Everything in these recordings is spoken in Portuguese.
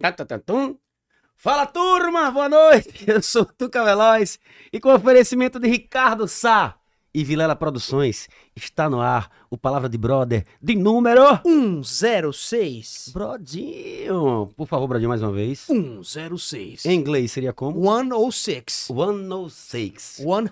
tá, tatatum. Fala turma, boa noite. Eu sou Tuca Veloz e com oferecimento de Ricardo Sá e Vilela Produções está no ar o Palavra de Brother de número 106. Brodinho. Por favor, Brodinho, mais uma vez. 106. Em inglês seria como? 106. 106.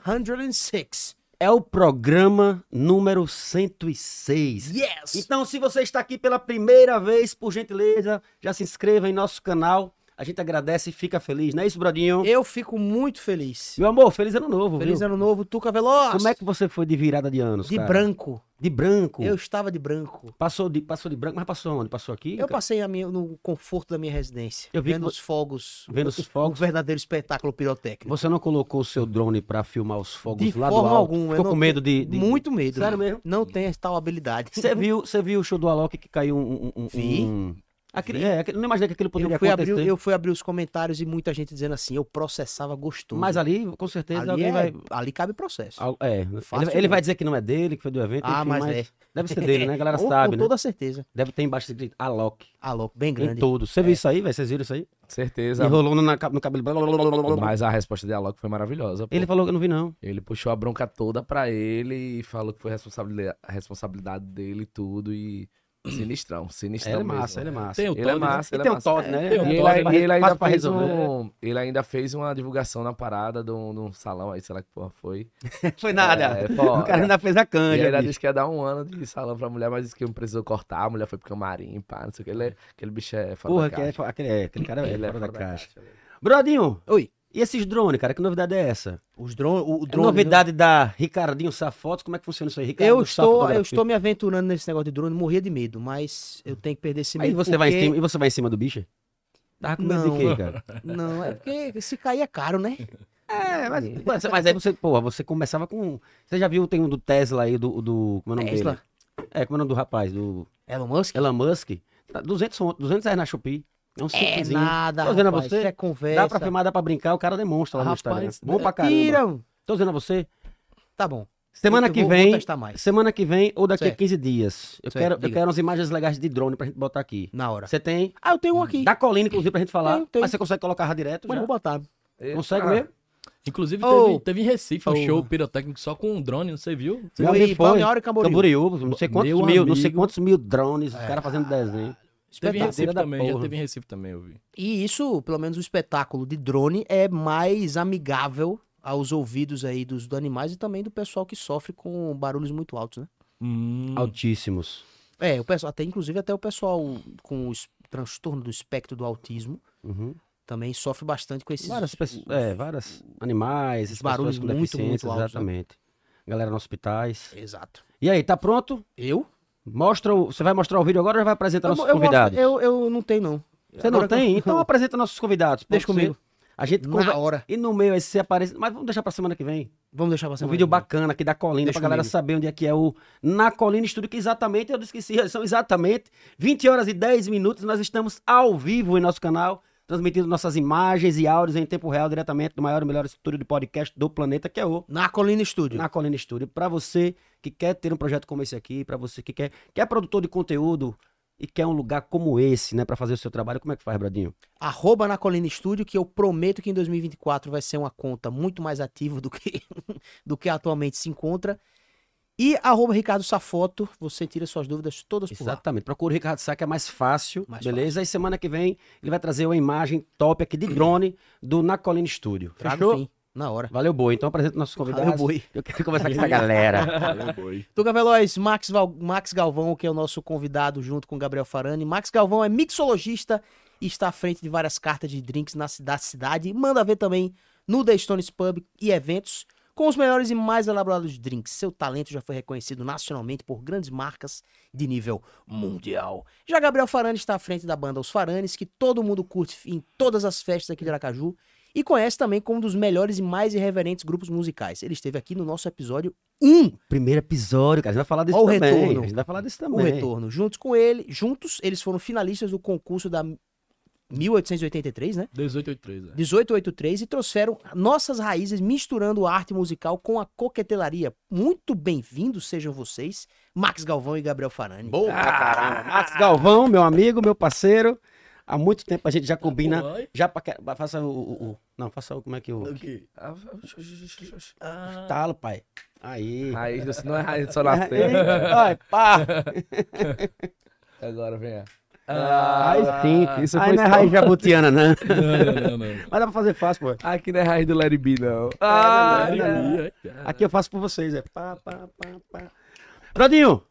106. É o programa número 106. Yes! Então, se você está aqui pela primeira vez, por gentileza, já se inscreva em nosso canal. A gente agradece e fica feliz, não é isso, Brodinho? Eu fico muito feliz. Meu amor, feliz ano novo, Feliz viu? ano novo, Tuca Veloz. Como é que você foi de virada de anos, De cara? branco. De branco. Eu estava de branco. Passou, de, passou de branco, mas passou onde? Passou aqui? Eu passei a minha- no conforto da minha residência. Eu vi vendo que os fogos. Vendo os o- fogos. O verdadeiro espetáculo pirotécnico. Você não colocou o seu drone pra filmar os fogos de lá do forma alto? alguma. eu Ficou não com medo de... de- Muito medo. Sério mesmo? é Não tem essa tal habilidade. Você viu, você viu o show do Alok que caiu um... um- um- Vi. um- Aquele, Vi. É, aquele- não imaginei que aquilo poderia eu, fui acontecer. abrir, eu fui abrir os comentários e muita gente dizendo assim, eu processava gostoso. Mas ali, com certeza, ali, alguém é- vai... ali cabe processo. Al- É, ele- ele, Facilmente. vai dizer que não é dele, que foi do evento. Ah, enfim, mas é. Deve ser dele, né? A galera Com- sabe, Com né? toda certeza. Deve ter embaixo escrito Alok. Ah, louco, bem Em grande. É. todos. Você viu isso aí, velho? Vocês viram isso aí? Certeza. Enrolou no, na ca- no cabelo. blá, blá, blá, blá, blá, blá. Mas a resposta de Alok foi maravilhosa. pô. Ele Ele... falou que eu não vi, não. puxou a bronca toda pra ele e falou que foi responsabilidade, a responsabilidade dele e tudo. E sinistrão, sinistrão ele é mesmo. massa, ele é massa. Tem o Ele é Todd, né? massa, E ele é tem o massa. Todd, né? Tem o E É, ele, Todd, ainda- mas e ele ainda fácil pra fez resolver. um, ele ainda fez uma divulgação na parada de um, de um salão aí, sei lá que porra foi. Foi nada. É, O cara foda. ainda fez a E ele canja. ainda bicho. disse que ia dar um ano de salão pra mulher, mas disse que não precisou cortar. A mulher foi pro camarim, pá, não sei o que. Ele é, aquele bicho é foda. Porra, que é, aquele, é, aquele cara é Ele é fora da fora da caixa. Brodinho. Oi. E esses drones, cara? Que novidade é essa? Os drone, o, o É drone, novidade da Ricardinho Safotos. Como é que funciona isso aí, né? Ricardo? Eu Sá estou, eu Fotografia. estou me aventurando nesse negócio de drone, morria de medo, mas eu tenho que perder esse medo. Aí você vai, em porque- cima, e você vai em cima do bicho? Tava com medo Não. de quê, cara? Não, é porque se cair é caro, né? É, mas, mas- mas aí você, porra, você começava com. Você já viu, tem um do Tesla aí, do. do como é o nome Tesla? dele? É, como é o nome do rapaz? Do Elon Musk? Elon Musk? Tá 200, on- 200 reais na Shopee. É um É simplesinho. nada, Tô dizendo a rapaz, você, isso é conversa. dá pra filmar, dá pra brincar, o cara demonstra lá Rapaz, no é, Instagram. Bom pra caramba. Tiram. Tô dizendo a você. Tá bom. Semana Eu que vou- vem. Vou testar mais, Semana que vem ou daqui a Certo. 15 dias. Eu, Certo, quero, eu diga. quero umas imagens legais de drone pra gente botar aqui. na hora. Você tem? Ah, eu tenho um aqui. Da colina, inclusive, Hum, pra gente falar. Tenho, tenho. Mas você consegue colocar já direto? Mas Já? vou botar. Consegue Ah, mesmo? Inclusive, Oh. teve, teve em Recife Oh. um show pirotécnico só com um drone, não sei, viu? Meu amigo, Foi foi. Balneário e Camboriú. Camboriú, não sei quantos Meu mil, não sei amigo. quantos mil drones, É. o cara fazendo desenho. Teve em Espetáculo. Recife da também, já porra. teve em Recife também, eu vi. E isso, pelo menos o espetáculo de drone, é mais amigável aos ouvidos aí dos dos animais e também do pessoal que sofre com barulhos muito altos, né? Hum. Altíssimos. É, o pessoal, até inclusive até o pessoal com o es- transtorno do espectro do autismo Uhum. também sofre bastante com esses Várias pessoas, é, várias animais, Os pessoas barulhos com muito, muito deficiências, altos, né? exatamente. Galera nos hospitais. Exato. E aí, tá pronto? Eu? Mostra o, você vai mostrar o vídeo agora ou vai apresentar eu, nossos eu, convidados? eu, eu não tenho não. Você não Agora que eu- tem? Então apresenta nossos convidados. Deixa pode ser. comigo. A gente na conversa. hora. E no meio aí se aparece, mas vamos deixar pra semana que vem. Vamos deixar passar Um vídeo bacana aqui da Colina, Deixa pra galera comigo. saber onde é que é o Na Colina Estúdio, que exatamente, eu esqueci, são exatamente 20 horas e 10 minutos, nós estamos ao vivo em nosso canal, transmitindo nossas imagens e áudios em tempo real, diretamente do maior e melhor estúdio de podcast do planeta, que é o Na Colina Estúdio. Na Colina Estúdio. Pra você que quer ter um projeto como esse aqui, pra você que quer, que é produtor de conteúdo e quer um lugar como esse, né, Pra fazer o seu trabalho, como é que faz, Bradinho? Arroba na Colina Estúdio, que eu prometo que em 2024 vai ser uma conta muito mais ativa do que, do que atualmente se encontra. E arroba Ricardo Safoto, você tira suas dúvidas todas por lá. Exatamente. Procura o Ricardo Sá, que é mais fácil, Mais beleza? E semana que vem ele vai trazer uma imagem top aqui de drone do Na Colina Estúdio. Trago Fechou? fim, na hora. Valeu, Boi. Então apresento nossos convidados. Valeu, boi. Eu quero conversar com essa galera. Tuca Veloz, Max, Val- Max Galvão, que é o nosso convidado junto com Gabriel Farani. Max Galvão é mixologista e está à frente de várias cartas de drinks na cida- cidade. Manda ver também no The Stones Pub e eventos com os melhores e mais elaborados drinks. Seu talento já foi reconhecido nacionalmente por grandes marcas de nível mundial. Já Gabriel Farani está à frente da banda Os Faranes, que todo mundo curte em todas as festas aqui de Aracaju e conhece também como um dos melhores e mais irreverentes grupos musicais. Ele esteve aqui no nosso episódio 1 Primeiro episódio, cara. A gente vai falar disso Ó o também. retorno. A gente vai falar disso o também. retorno. Juntos com ele, juntos eles foram finalistas do concurso da 1883, né? 1883, é. 1883 e trouxeram nossas raízes misturando a arte musical com a coquetelaria. Muito bem-vindos sejam vocês, Max Galvão e Gabriel Farani. Ah, Bom pra caramba. Max Galvão, meu amigo, meu parceiro. Há muito tempo a gente já combina. Oi? Já paquera. Faça o, o- o- Não, faça o. Como é que o. Ah, Ah, Talo, pai. Aí. Raiz, se não é raiz, só Aí, nasceu. Olha, pá. Agora vem a... Aí sim. isso Ah, aí foi não é raiz jabutiana, não. não, não, não, não. Mas dá pra fazer fácil, pô. Aqui não é raiz do Larry B, não. Ah, não, é não. não. Ai, cara. Aqui eu faço por vocês, é. Pá, pá, pá, pá. Brodinho.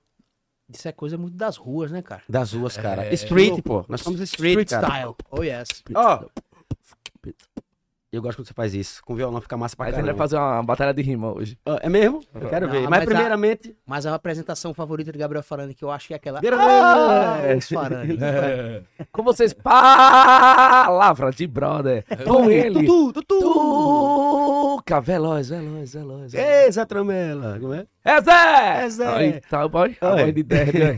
Isso é coisa muito das ruas, né, cara? Das ruas, cara. É. Street, pô. Nós somos street, Street cara. style. Oh, yes. Ó. Eu gosto quando você faz isso. Com violão fica massa pra Aí a gente vai caramba. fazer uma batalha de rima hoje. Ah, É mesmo? Eu quero Não, ver. Mas, mas a- primeiramente. Mas a apresentação favorita de Gabriel Farani, que eu acho que é aquela. Ah! Ah, os Farani. É. Com vocês, palavra de brother. Com ele. Tutu, tutu. Tuca, veloz, veloz, veloz. veloz. Ei, Zé Tramela. Como é? É Zé! É Zé. Aí tá, boy. A Oi. voz de derby, né?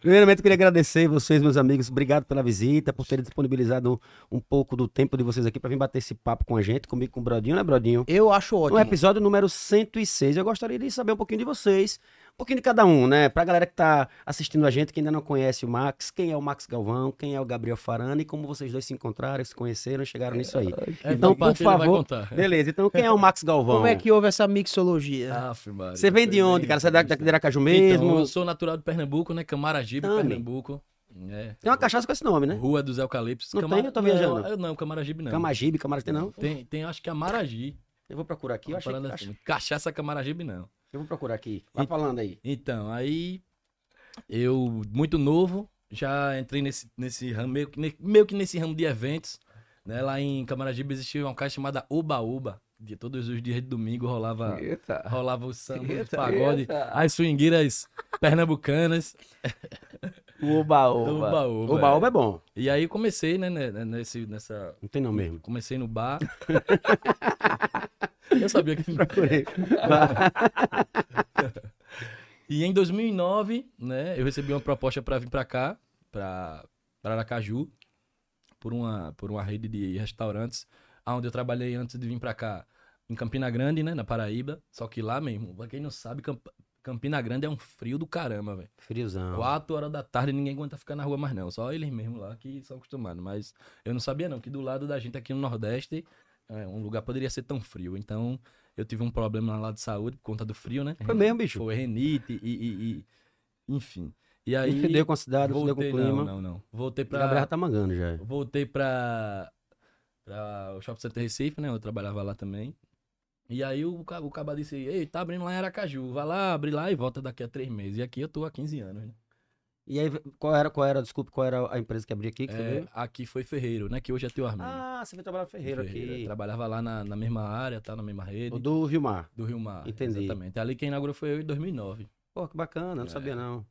Primeiramente, eu queria agradecer vocês, meus amigos. Obrigado pela visita, por terem disponibilizado um, um pouco do tempo de vocês aqui pra vir bater esse papo com a gente, comigo, com o Brodinho, né, Brodinho? Eu acho No ótimo. episódio número 106, eu gostaria de saber um pouquinho de vocês, um pouquinho de cada um, né? Pra galera que tá assistindo a gente, que ainda não conhece o Max, quem é o Max Galvão, quem é o Gabriel Farani, como vocês dois se encontraram, se conheceram, e chegaram nisso aí. É, Então, então, por parte ele vai favor. contar. Beleza, então quem é o Max Galvão? Como é que houve essa mixologia? Aff, Maria, Você vem de foi onde, bem cara? Você é da- daqui de difícil. Aracaju Então, mesmo? eu sou natural de Pernambuco, né? Camaragibe, Também. Pernambuco. É. Tem uma cachaça com esse nome, né? Rua dos Eucaliptos. Não tem, eu tô viajando. Não, eu não, Camaragibe não. Camagibe, Camaragibe, não? Tem, tem, acho que é Amaragi. Eu vou procurar aqui, eu Uma achei que- parada achei- assim. Cachaça Camaragibe não. Eu vou procurar aqui. Vai falando aí. Então, aí eu, muito novo, já entrei nesse, nesse ramo, meio que, ne- meio que nesse ramo de eventos. né? Lá em Camaragibe existia uma casa chamada Oba Oba. De todos os dias de domingo rolava, Eita. rolava o samba, Eita, o pagode, eita. as swingueiras pernambucanas. O baú. Oba Oba. O baúba é bom. E aí eu comecei, né, né, né, nesse, nessa... Não tem não mesmo. Comecei no bar. eu sabia que... Procurei. E em 2009, né, eu recebi uma proposta para vir para cá, para Aracaju, por uma, por uma rede de restaurantes, onde eu trabalhei antes de vir para cá, em Campina Grande, né, na Paraíba. Só que lá, mesmo, pra quem não sabe, Camp- Campina Grande é um frio do caramba, velho. Friozão. Quatro horas da tarde ninguém aguenta ficar na rua mais não. Só eles mesmos lá que são acostumados. Mas eu não sabia não que do lado da gente aqui no Nordeste, é, um lugar poderia ser tão frio. Então eu tive um problema lá de saúde por conta do frio, né? Foi mesmo, bicho? Foi renite e... e- e- enfim. E aí... Não deu com a cidade, não deu com o voltei, clima. não, não, não. Voltei O Gabriel já pra... tá mangando já. Voltei pra... pra o Shopping Center Recife, né? Eu trabalhava lá também. E aí o, ca- o cabal disse, ei, tá abrindo lá em Aracaju. Vai lá, abre lá e volta daqui a três meses. E aqui eu tô há 15 anos, né? E aí, qual era, qual era, desculpa, qual era a empresa que abria aqui? Que você É, veio? aqui foi Ferreiro, né? Que hoje é teu Armênio. Ah, você veio trabalhar no Ferreiro Eu aqui. Trabalhava lá na, na mesma área, tá? Na mesma rede. O Do, do Vilmar. Rio Mar. Entendi. Exatamente. Ali quem inaugurou foi eu em 2009. Pô, que bacana, não É. sabia não.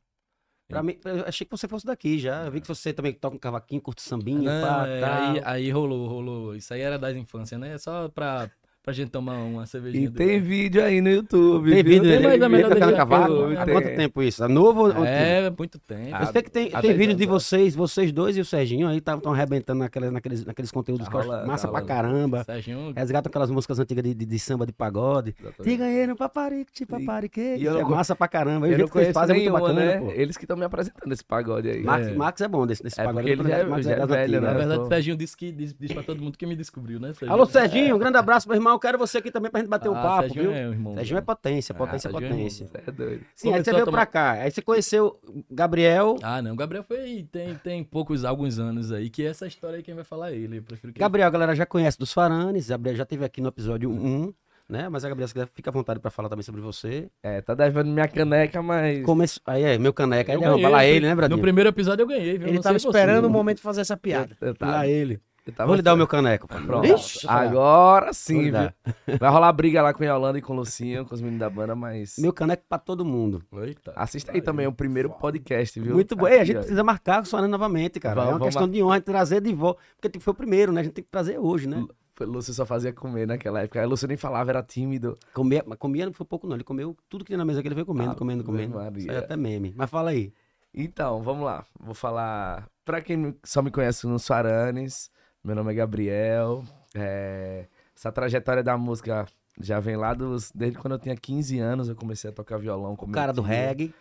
Pra mim, eu achei que você fosse daqui já. Eu vi que você também toca um cavaquinho, curte sambinha, Não, pá, tá. é, tal. aí, aí rolou, rolou. Isso aí era das infâncias, né? Só pra, pra gente tomar uma cervejinha. E do- tem vídeo aí no YouTube. Tem viu? vídeo tá Tem dele, mais da dele melhor tocando do cavaco? Brasil, Há tem. quanto tempo isso? É Novo ou antigo? É, muito tempo. Eu sei que tem, há tem dez vídeo de anos, vocês, vocês dois e o Serginho aí estavam arrebentando naquelas, naqueles, naqueles conteúdos Tá que eu acho rolando, massa tá pra rolando. caramba. É, Serginho, Resgatam aquelas músicas antigas de, de, de samba, de pagode. Te Exatamente. ganhei no paparico, te papariquei. E eu É não- massa pra caramba. E o Eu não jeito que vocês conheço fazem é muito nenhuma, bacana, né? pô. Eles que estão me apresentando esse pagode aí. Max, É. Max é bom desse, desse É pagode. porque ele já é- Max já é das velho, antigas, na né? né? verdade, tô- Serginho disse que disse, disse pra todo mundo que me descobriu, né? Serginho? Alô, Serginho, um grande abraço, meu irmão. Quero você aqui também pra gente bater o Ah, papo, Serginho viu? É, um irmão, Serginho é potência, potência, Ah, Serginho é potência. É doido. Sim, aí você Começou a veio tomar- pra cá. Aí você conheceu o Gabriel. Ah, não. O Gabriel foi. Tem, tem poucos, alguns anos aí, que essa história aí quem vai falar é ele. Eu prefiro que. Gabriel, a galera já conhece dos Faranes, Gabriel já teve aqui no episódio Uhum. 1, né? Mas a Gabriel, se quiser, fica à vontade pra falar também sobre você. É, tá devendo minha caneca, mas. Começo... Aí é, meu caneca, aí Eu derruba ganhei, lá eu- ele, né, No Bradinho? primeiro episódio eu ganhei, viu? Ele Não tava sei esperando o você. momento de fazer essa piada. Eu Lá tava- ele. eu tava- Tá. assim, Vou lhe dar um o meu caneco. pô. Pronto. Deixa eu falar. Agora Vou lhe sim, dar. viu? Vai rolar briga lá com a Yolanda e com o Lucinho, com os meninos da banda, mas. Meu caneco pra todo mundo. Eita. Assista aí também o primeiro podcast, viu? Muito bom. Ei, a Aqui, gente ó. precisa marcar com o Faranes novamente, cara. Vamos- é uma vamos questão de honra, trazer de volta. Porque tipo, foi o primeiro, né? A gente tem que trazer hoje, né? O Lúcio só fazia comer naquela época. Aí O Lúcio nem falava, era tímido. Comia, mas comia não foi pouco, não. Ele comeu tudo que tinha na mesa que ele foi comendo, Ah, comendo, comendo. Maria. Saiu até meme. Mas fala aí. Então, vamos lá. Vou falar. Pra quem me- só me conhece no Suaranes, meu nome é Gabriel. É, Essa trajetória da música já vem lá dos. Desde quando eu tinha 15 anos, eu comecei a tocar violão. com O meu cara do tio. reggae.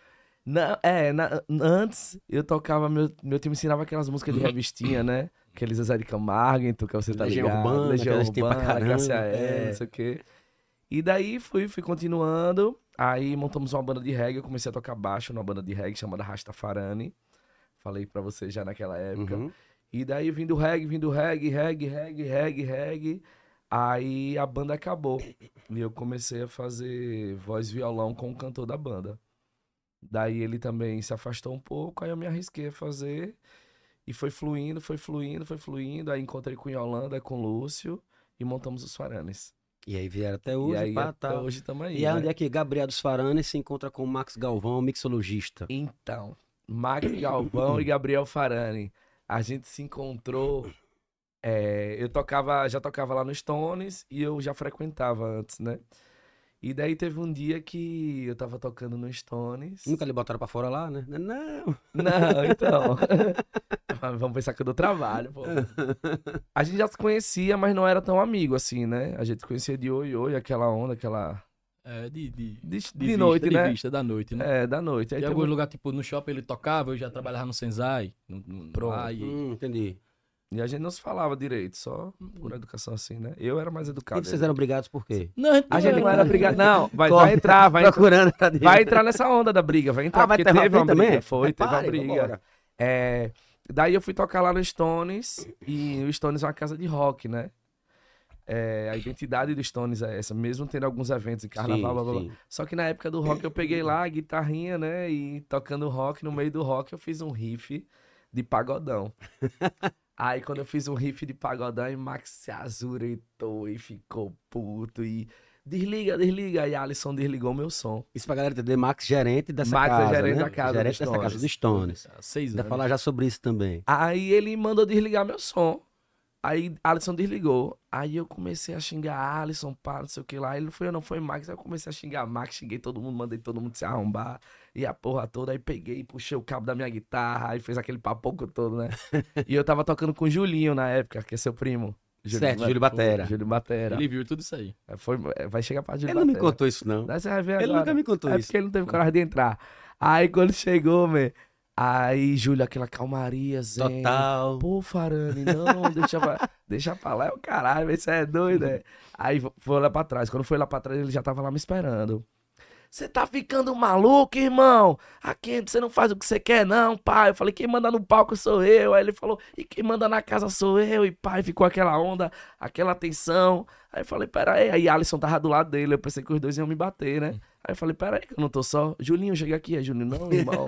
Na, é, na- antes eu tocava, meu, meu time ensinava aquelas músicas de revistinha, né? Aqueles Zezé de Camargo, então que você tá Uhum. Legião ligado. Urbana, Legião aquelas que tem pra Urbana, caramba, Cássia é, é. não sei o quê. E daí fui, fui continuando. Aí montamos uma banda de reggae, eu comecei a tocar baixo numa banda de reggae chamada Rastafarani. Falei pra você já naquela época. Uhum. E daí vindo reggae, vindo reggae, reggae, reggae, reggae, reggae. Aí a banda acabou. E eu comecei a fazer voz e violão com o cantor da banda. Daí ele também se afastou um pouco, aí eu me arrisquei a fazer. E foi fluindo, foi fluindo, foi fluindo. Aí encontrei com Yolanda, com Lúcio e montamos os Faranes. E aí vieram até e hoje, aí pá, até tal. hoje estamos aí. E aí né? onde é que Gabriel dos Faranes se encontra com o Max Galvão, mixologista. Então, Max Galvão e Gabriel Farani. A gente se encontrou. é, eu tocava, já tocava lá no Stones e eu já frequentava antes, né? E daí teve um dia que eu tava tocando no Stones. Nunca lhe botaram pra fora lá, né? Não. Não, então. Mas Vamos pensar que eu dou trabalho, pô. A gente já se conhecia, mas não era tão amigo assim, né? A gente se conhecia de oi, oi, aquela onda, aquela. É, de, de, de De, de vista, noite, de né? vista, da noite, né? É, da noite. Aí Em teve alguns um- lugares, tipo, no shopping ele tocava, eu já trabalhava no Senzai. No, no, Pronto. lá, e- Hum, entendi. E a gente não se falava direito, só por educação assim, né? Eu era mais educado. E vocês eram brigados por quê? Não, então é gente A gente não era era- brigado. Não, vai, Corre. vai entrar, vai, Procurando. cadê? vai entrar nessa onda da briga, vai entrar, Ah, vai porque ter uma teve uma briga briga. também? Foi, teve uma Pare, briga. vambora. É, daí eu fui tocar lá no Stones, e o Stones é uma casa de rock, né? É, a identidade do Stones é essa, mesmo tendo alguns eventos em carnaval, blá, blá, blá. Sim, sim. Só que na época do rock eu peguei lá a guitarrinha, né? E tocando rock, no meio do rock eu fiz um riff de pagodão. Aí quando eu fiz um riff de pagodão, aí Max se azuretou e ficou puto e desliga, desliga. E Alisson desligou meu som. Isso pra galera entender, Max gerente dessa Max é casa, gerente né? da casa do Gerente dessa Stones. né? casa do Stones. Há Seis Ainda anos. falar já sobre isso também. Aí ele mandou desligar meu som. Aí Alisson desligou. Aí eu comecei a xingar Alisson, pá, não sei o que lá. Ele não foi eu, não foi Max. Aí eu comecei a xingar Max, xinguei todo mundo, mandei todo mundo se arrombar. E a porra toda. Aí peguei, puxei o cabo da minha guitarra. Aí fez aquele papoco todo, né? e eu tava tocando com o Julinho na época, que é seu primo. Certo, Júlio Batera. Júlio Batera. Ele viu tudo isso aí. É, Foi, é, vai chegar pra Júlio Ele não me Batera. contou isso, não. Daí você vai ver Ele agora. nunca me contou É isso. porque ele não teve coragem de entrar. Aí quando chegou, man, aí Júlio, aquela calmaria, zen. Total. Pô, Farane, não, deixa pra, deixa pra lá, é o caralho, mas você é doido, é. Aí vo- foi lá pra trás. Quando foi lá pra trás, ele já tava lá me esperando. Você tá ficando maluco, irmão? Aqui você não faz o que você quer, não, pai. Eu falei, quem manda no palco sou eu. Aí ele falou, e quem manda na casa sou eu. E pai, ficou aquela onda, aquela tensão. Aí eu falei, peraí. Aí Alisson tava do lado dele. Eu pensei que os dois iam me bater, né? Aí eu falei, peraí, que eu não tô só. Julinho, chega aqui. Aí, Julinho, não, irmão.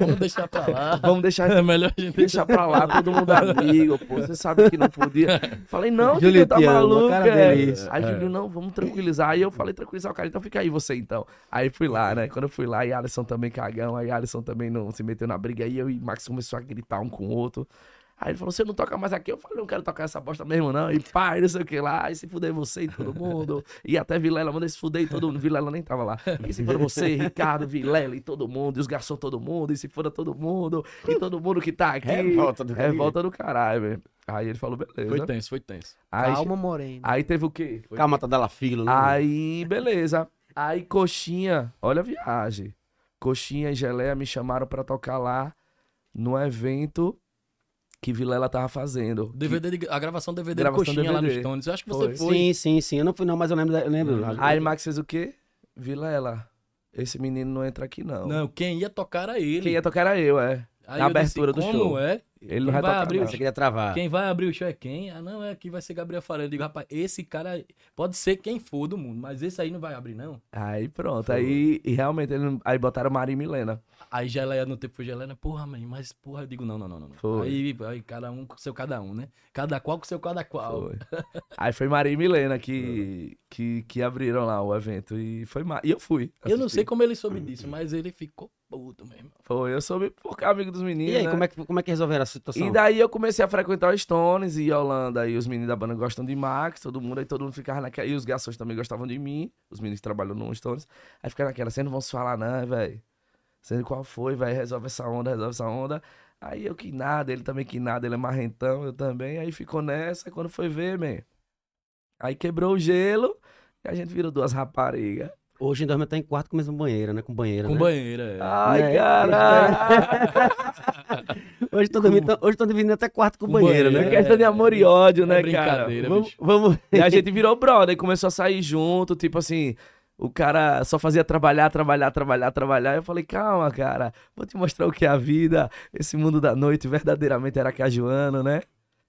Vamos deixar pra lá. Vamos deixar É melhor a gente Deixa pra lá, todo mundo amigo, pô. Você sabe que não podia. Falei, não, Júlio, Julinho, tá te amo, a maluco. cara é. dele é isso. Aí, Júlio, não, vamos tranquilizar. Aí eu falei, tranquilizar o cara, então fica aí você então. Aí fui lá, né? Quando eu fui lá, e Alisson também cagão, aí Alisson também não se meteu na briga. Aí eu e Max começou a gritar um com o outro. Aí ele falou, você não toca mais aqui? Eu falei, não quero tocar essa bosta mesmo, não. E pai, não sei o que lá. E se fuder você e todo mundo. E até Vilela, manda se fuder e todo mundo. Vilela nem tava lá. E se for você, Ricardo, Vilela e todo mundo. E os garçons todo mundo. E se for todo mundo. E todo mundo que tá aqui. Revolta do É volta do caralho, velho. Aí ele falou, beleza. Foi tenso, foi tenso. Aí, Calma, Moreno. aí teve o quê? Foi- Calma, tá dando filo, né? Ah, Aí, beleza. Aí, coxinha, olha a viagem. Coxinha e geleia me chamaram pra tocar lá num evento que Vilela tava fazendo. O DVD de- a gravação do DVD Gravação de coxinha lá no DVD. Stones. Eu acho que você Foi. foi. Ah, Sim, sim, sim. Eu não fui, não, mas eu lembro. da- Eu lembro. Ah, Aí Max fez o quê? Vilela, esse menino não entra aqui não. Não, quem ia tocar era ele. Quem ia tocar era eu, é. Aí na eu disse, abertura do show. Como é? Ele não vai, Quem vai tocar abrir o não. Você queria Ah. travar. Quem vai abrir o show é quem? Ah, não, é que vai ser Gabriel Farelli. Eu digo, rapaz, esse cara pode ser quem for do mundo, mas esse aí não vai abrir, não. Aí pronto, aí e realmente, ele não- aí botaram Maria e Milena. Aí Geleia no tempo foi Geleia, né? porra, mãe, mas porra, eu digo, não, não, não, não. não. Foi. Aí, aí cada um com seu cada um, né? Cada qual com seu cada qual. Foi. Aí foi Maria e Milena que, que, que abriram lá o evento. E foi ma- E eu fui. Eu não assistir. sei como ele soube disso, mas ele ficou puto, meu irmão. Foi, eu soube por causa amigo dos meninos. E aí, né? como é, que, como é que resolveram a situação? E daí eu comecei a frequentar o Stones e Yolanda e os meninos da banda gostam de Max, todo mundo, aí todo mundo ficava naquela. E os garçons também gostavam de mim, os meninos que trabalham no Stones. Aí ficava naquela, vocês não vão se falar, não, velho. Sendo qual foi, vai, resolve essa onda, resolve essa onda. Aí eu que nada, ele também que nada, ele é marrentão, eu também. Aí ficou nessa, quando foi ver, man. Aí quebrou o gelo e a gente virou duas raparigas. Hoje em dorme tá em quarto com a mesma banheira, né? Com banheira, Com né? banheira, é. Ai, Né? caralho. Hoje estão dormindo, hoje estão dividindo até quarto com, Com banheira, É banheira. né? questão de amor e ódio, né, É cara? brincadeira, Vamos- bicho. Vamos. E a gente virou brother, começou a sair junto, tipo assim, o cara só fazia trabalhar, trabalhar, trabalhar, trabalhar. Eu falei, calma, cara, vou te mostrar o que é a vida. Esse mundo da noite verdadeiramente era cajuano, né?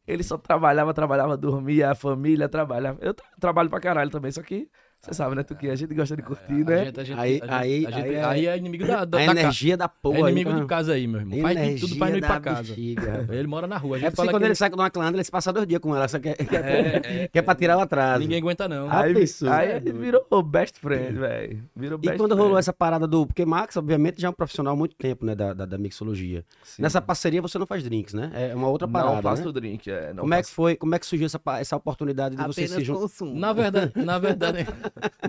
Ele só trabalhava, trabalhava, dormia, a família trabalhava. Eu tra- trabalho pra caralho também, só que você sabe, né, Tuquinha? A gente gosta de curtir, A né? gente- a gente- Aí- a gente- aí- a gente- aí é- aí é inimigo da, da, a da ca- energia da porra. É inimigo aí, né? de casa aí, meu irmão. Faz de tudo pra não ir pra casa. Ele mora na rua. A gente É porque fala quando que ele sai com uma clã, ele se passa dois dias com ela, só que é, que é, É, é, que é pra tirar o atraso. ninguém aguenta, não. Ah, Aí, pensou, aí né, a gente doido? virou best friend, velho. Virou E best quando rolou friend. essa parada do. Porque Max, obviamente, já é um profissional há muito tempo, né? Da, da, da mixologia. Sim. Nessa parceria você não faz drinks, né? É uma outra parada. Não faço né? drink, é. Não como, é que faço. foi, como é que surgiu essa, pa- essa oportunidade de você se juntar? consumo. Na verdade, na verdade,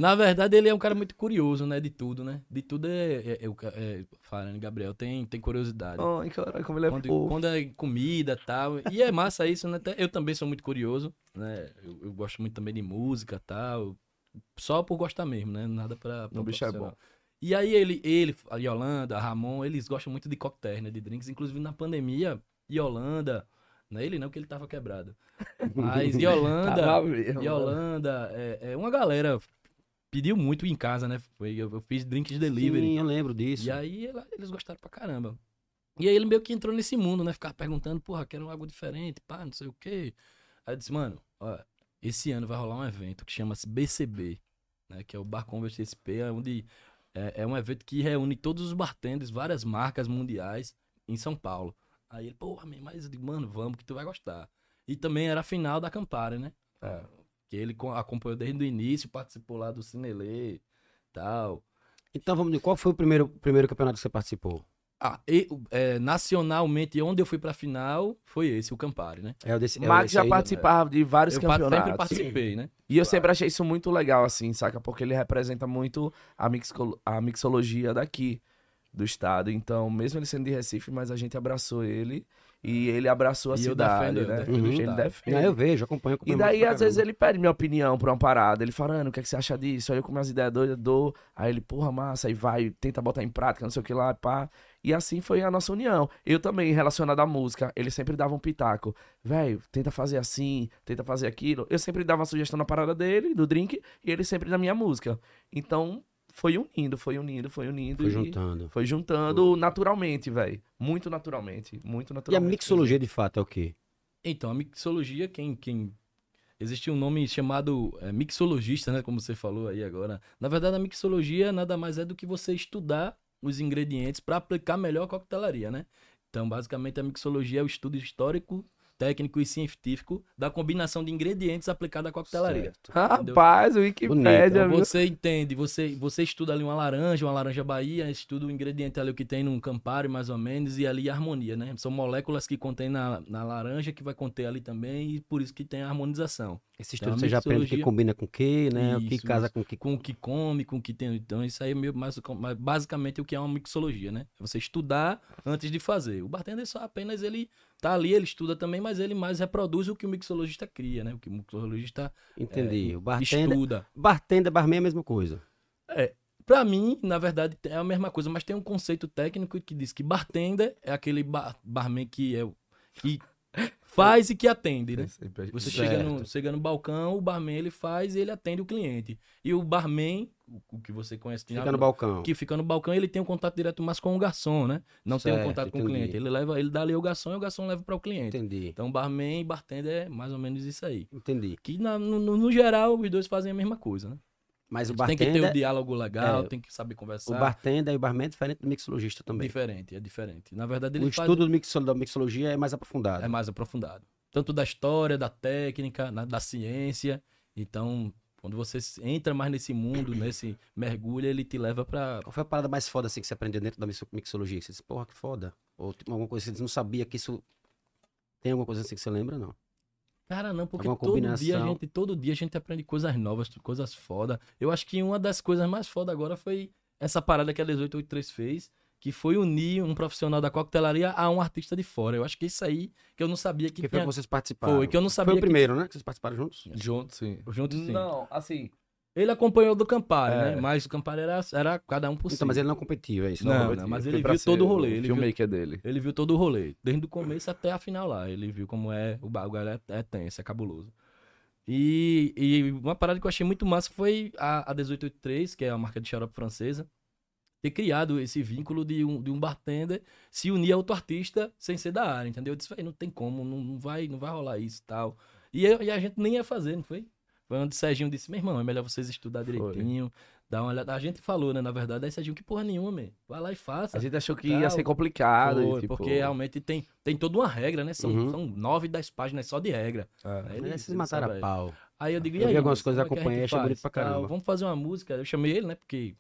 na verdade, ele é um cara muito curioso, né? De tudo, né? De tudo é. é, é, o ca- é Farane Gabriel tem, tem curiosidade. Ai, cara, como ele é Quando, fofo. quando é comida e tal. E é massa isso, né? Até Eu também sou muito curioso, né? Eu, eu gosto muito também de música e tal. Só por gostar mesmo, né? Nada pra. pra O bicho é profissional. E aí ele, ele, a Yolanda, a Ramon, eles gostam muito de coquetéis, né? De drinks. Inclusive na pandemia, Yolanda. Não é ele não, que ele tava quebrado. Mas Yolanda. Tava mesmo, E a Holanda, é, é uma galera pediu muito em casa, né? Foi- Eu, eu fiz drinks delivery. Sim, eu lembro disso. E aí ela- eles gostaram pra caramba. E aí ele meio que entrou nesse mundo, né? Ficava perguntando, porra, quero algo diferente, pá, não sei o quê. Aí eu disse, mano, ó, esse ano vai rolar um evento que chama-se BCB, né? Que é o Bar Converse SP, é onde é, é um evento que reúne todos os bartenders, várias marcas mundiais em São Paulo. Aí ele, porra, meu, mas eu digo, mano, vamos que tu vai gostar. E também era a final da Campari, né? É. Que ele co- acompanhou desde o início, participou lá do Cinelê, tal. Então vamos de qual foi o primeiro, primeiro campeonato que você participou? Ah, e, é, nacionalmente, onde eu fui pra final, foi esse, o Campari, né? É o desse. é o Max desse já aí, participava de vários eu pa- sempre campeonatos. participei, né? E eu sempre achei isso muito legal, assim, saca? Porque ele representa muito a, mixco- a mixologia daqui do estado. Então, mesmo ele sendo de Recife, mas a gente abraçou ele e ele abraçou a E eu cidade, defendo, eu né? defendo o Ele estado. defende. Não, É, eu vejo, acompanho. E acompanho daí, Max pra às vezes, caramba. ele pede minha opinião pra uma parada. Ele fala, Ana, o que, é que você acha disso? Aí eu com umas ideias doidas, dou. Aí ele, porra, massa, aí vai, tenta botar em prática, não sei o que lá, pá. E assim foi a nossa união. Eu também, relacionado à música, ele sempre dava um pitaco. Velho, tenta fazer assim, tenta fazer aquilo. Eu sempre dava a sugestão na parada dele, do drink, e ele sempre na minha música. Então, foi unindo, foi unindo, foi unindo. Foi e juntando. Então, Foi juntando naturalmente, velho. Muito naturalmente, muito E a naturalmente. mixologia de fato é o quê? Então, a mixologia, quem. quem... Existe um nome chamado é, mixologista, né? Como você falou aí agora. Na verdade, a mixologia nada mais é do que você estudar os ingredientes para aplicar melhor a coquetelaria, né? Então, basicamente, a mixologia é o estudo histórico, técnico e científico da combinação de ingredientes aplicada à coquetelaria. Rapaz, o é Wikipédia, Então, viu? você entende, você, você estuda ali uma laranja, uma laranja Bahia, estuda o ingrediente ali o que tem num Campari, mais ou menos, e ali a harmonia, né? São moléculas que contém na, na laranja, que vai conter ali também, e por isso que tem a harmonização. Esse Então, estudo você a já aprende o que mixologia- combina com o que, né? o que Isso, casa com o que. Com o que come, com o que tem. Então, isso aí é meio mais, mais basicamente o que é uma mixologia, né? É Você estudar antes de fazer. O bartender só apenas ele tá ali, ele estuda também, mas ele mais reproduz o que o mixologista cria, né? O que o mixologista Entendi. É, o bartender. estuda. Bartender, barman é a mesma coisa. Pra mim, na verdade, é a mesma coisa, mas tem um conceito técnico que diz que bartender é aquele bar- barman que é o- que faz e que atende, né? Você chega no, chega no balcão, o barman ele faz e ele atende o cliente. E o barman, o, o que você conhece, tem Fica a- no balcão. que fica no balcão, ele tem um contato direto mais com o garçom, né? Não tem Certo, um contato com o entendi. cliente. Ele leva, ele dá ali ao garçom e o garçom leva para o cliente. Entendi. Então, barman e bartender é mais ou menos isso aí. Entendi. Que na- no, no- no geral, os dois fazem a mesma coisa, né? Mas o Tem que ter o bartender. diálogo legal, é, tem que saber conversar. O bartender e o barman é diferente do mixologista também. Diferente, é diferente. Na verdade, O ele faz- estudo do mixo- da mixologia é mais aprofundado. é mais aprofundado. Tanto da história, da técnica, na- da ciência. Então, quando você s- entra mais nesse mundo, nesse mergulho, ele te leva pra. Qual foi a parada mais foda assim que você aprendeu dentro da mix- mixologia? Que Você disse, porra, que foda. Ou tipo, alguma coisa que você disse, não sabia que isso. Tem alguma coisa assim que você lembra, não? Cara, não, porque Alguma todo dia, a É combinação. gente, todo dia a gente aprende coisas novas, coisas foda. Eu acho que uma das coisas mais foda agora foi essa parada que a 1883 fez, que foi unir um profissional da coquetelaria a um artista de fora. Eu acho que isso aí que eu não sabia que Que foi tinha. que vocês participaram? Foi, que eu não sabia Foi o que- primeiro, né? Que vocês participaram juntos? Junto, sim. junto sim. Não, assim, Ele acompanhou do Campari, É. né? Mas o Campari era, era cada um por si. Então, mas ele não competiu, é isso. Não, Robertinho, mas foi ele pra viu ser todo o rolê, ele viu- filmmaker é dele. Ele viu todo o rolê, desde o começo até a final lá. Ele viu como é, o bagulho é, é tenso, é cabuloso. E, e uma parada que eu achei muito massa foi a, a 1883, que é a marca de xarope francesa, ter criado esse vínculo de um, de um bartender se unir a outro artista sem ser da área, entendeu? Eu disse, "Véi, não tem como, não, não vai, não vai rolar isso e tal. E, eu- e a gente nem ia fazer, não foi? Foi onde o Serginho disse, meu irmão, é melhor vocês estudar direitinho, dar uma olhada. A gente falou, né, na verdade, aí Serginho, que porra nenhuma, man. vai lá e faça. A gente achou que Tá, ia ser complicado. e, Foi, tipo, Porque realmente tem, tem toda uma regra, né? São, Uhum. são nove, dez páginas só de regra. É. Aí Mas ele- aí vocês ele mataram sabe, a pau. Aí eu digo, e Eu vi aí? algumas como coisas, é que a gente acompanhei, achei faz? bonito pra Tal, caramba. Vamos fazer uma música. Eu chamei ele, né? Porque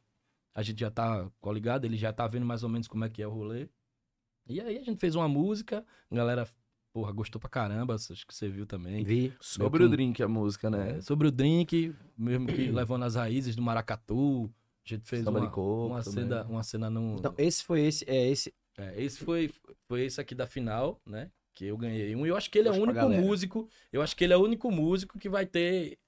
a gente já tá coligado, ele já tá vendo mais ou menos como é que é o rolê. E aí a gente fez uma música, a galera, porra, gostou pra caramba, acho que você viu também. Vi. Sobre um o drink, a música, né? É, sobre o drink, mesmo que levando as raízes do maracatu, a gente fez Samba de uma, coco uma também. cena, uma cena num, né? Então, esse foi esse, é esse. é, esse foi, foi esse aqui da final, né? Que eu ganhei um. E eu acho que ele é Mostra pra o único galera. músico. Eu acho que ele é o único músico que vai ter.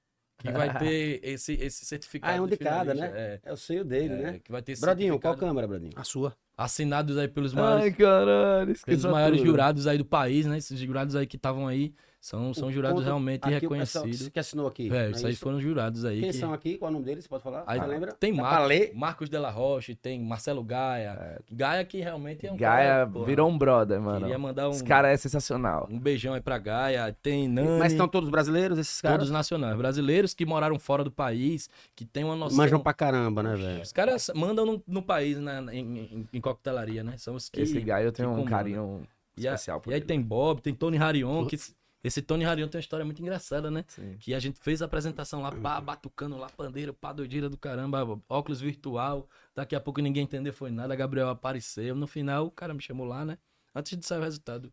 Que vai ter esse, esse certificado. Ah, é um de cada, finalista, É o seio dele, É, né? é, que vai ter esse Bradinho, qual certificado câmera, Bradinho? A sua. Assinados aí pelos maiores, Ai, caralho, pelos esqueci. maiores jurados aí do país, né? Esses jurados aí que estavam aí são, são jurados ponto- realmente Aqui o pessoal que reconhecidos. se- que assinou aqui. É, não isso aí foram jurados aí. Quem que- são aqui? Qual é o nome deles? Você pode falar? Aí tá. Você lembra? Tem Dá Mar- pra ler? Marcos Della Rocha, tem Marcelo Gaia. É. Gaia que realmente é um Gaia cara, porra, virou um brother, mano. Queria mandar um, Esse cara é sensacional. um beijão aí pra Gaia. Tem Nani. Mas estão todos brasileiros, esses caras? Todos nacionais. Brasileiros que moraram fora do país, que tem uma noção. Manjam pra caramba, né, velho? Os caras mandam no, no país, né, na, na- em, em, em coquetelaria, né? São os que. Esse Gaia eu tenho que um comanda. carinho E, é a- especial por e aí ele. tem Bob, tem Tony Harion, que. esse- Esse Tony Harion tem uma história muito engraçada, né? Sim. Que a gente fez a apresentação lá, pá, batucando lá, pandeiro, pá, doideira do caramba, óculos virtual. Daqui a pouco ninguém entendeu, foi nada. Gabriel apareceu. No final, o cara me chamou lá, né? Antes de sair o resultado.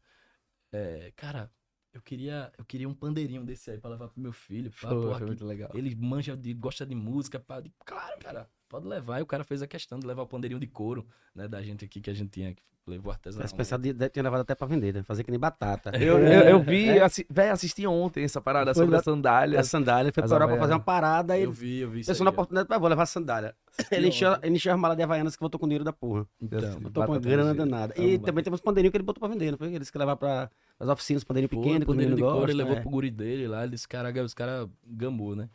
É, cara, eu queria, eu queria um pandeirinho desse aí pra levar pro meu filho. Pá, Foi, porra, foi que muito legal. ele manja, de, gosta de música. Pá, de- claro, cara, pode levar. E o cara fez a questão de levar o pandeirinho de couro, né? Da gente aqui que a gente tinha, que levou artesanal. Esse pessoal de- de- tinha levado até pra vender, né? Fazer que nem batata. Eu, eu, É. eu vi, assi- véi, assisti ontem essa parada Foi sobre lá- a sandália. A sandália, foi As pra Europa Havaianas. fazer uma parada e Eu ele vi, eu vi isso. pensou aí, na ó. oportunidade, pá, vou levar a sandália. Ele encheu, ele encheu as malas de Havaianas que voltou com dinheiro da porra. Então, Botou com uma Batata grana no jeito. danada. Amo E batata. também temos pandeirinho que ele botou pra vender, não foi? Eles que levar pra as oficinas, pandeirinho pequeno, pequeno, que os pandeirinho meninos de couro, gostam. ele levou é. pro guri dele lá. Ele disse, caraca, os caras gamou, né?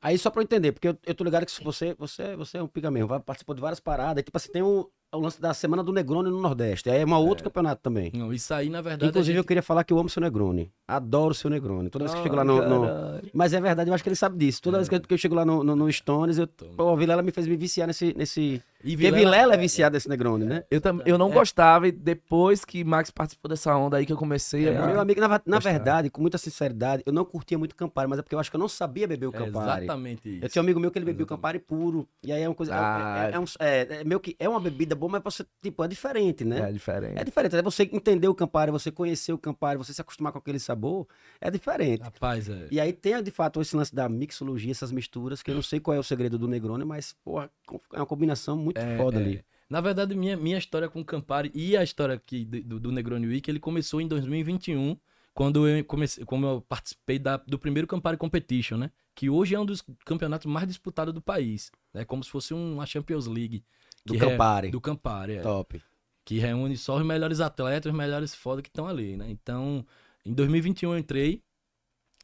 Aí só pra eu entender, porque eu, eu tô ligado que se você, você, você é um pica mesmo, vai, participou de várias paradas. E, Tipo assim, tem o, o lance da Semana do Negroni no Nordeste. Aí é um outro campeonato também. Não, isso aí, na verdade. Inclusive, a eu gente- queria falar que eu amo seu Negroni. Adoro seu Negroni. Toda vez que eu chego lá no. Ah, no- caralho. Mas é verdade, eu acho que ele sabe disso. Toda vez que eu- que eu chego lá no, no, no Stones, eu... Pô, a Vilela me fez me viciar nesse. nesse... Porque E Vilela- Vilela é viciado nesse Negroni, né? Eu, tam, eu não É. gostava, e depois que Max participou dessa onda aí que eu comecei É. a. Meu amigo, na, va- na Gostar. verdade, com muita sinceridade, eu não curtia muito Campari, mas é porque eu acho que eu não sabia beber o É Campari. exatamente isso. Eu tinha um amigo meu que ele bebia o Exatamente. Campari puro. E aí é uma coisa. é- Ah. é, é um- é- é meio que é uma bebida boa, mas você, tipo, é diferente, né? É diferente. É diferente. É você entender o Campari, você conhecer o Campari, você se acostumar com aquele sabor, é diferente. Rapaz, é. E aí tem, de fato, esse lance da mixologia, essas misturas, que eu não sei qual é o segredo do Negroni, mas, porra, é uma combinação muito foda ali. Na verdade, minha, minha história com o Campari e a história aqui de- do, do Negroni Week, ele começou em 2021, quando eu comecei, como eu participei da- do primeiro Campari Competition, né? Que hoje é um dos campeonatos mais disputados do país. É né? como se fosse uma Champions League. Do que re- Campari. do Campari, é. Top. que reúne só os melhores atletas, os melhores foda que estão ali, né? Então, em 2021 eu entrei,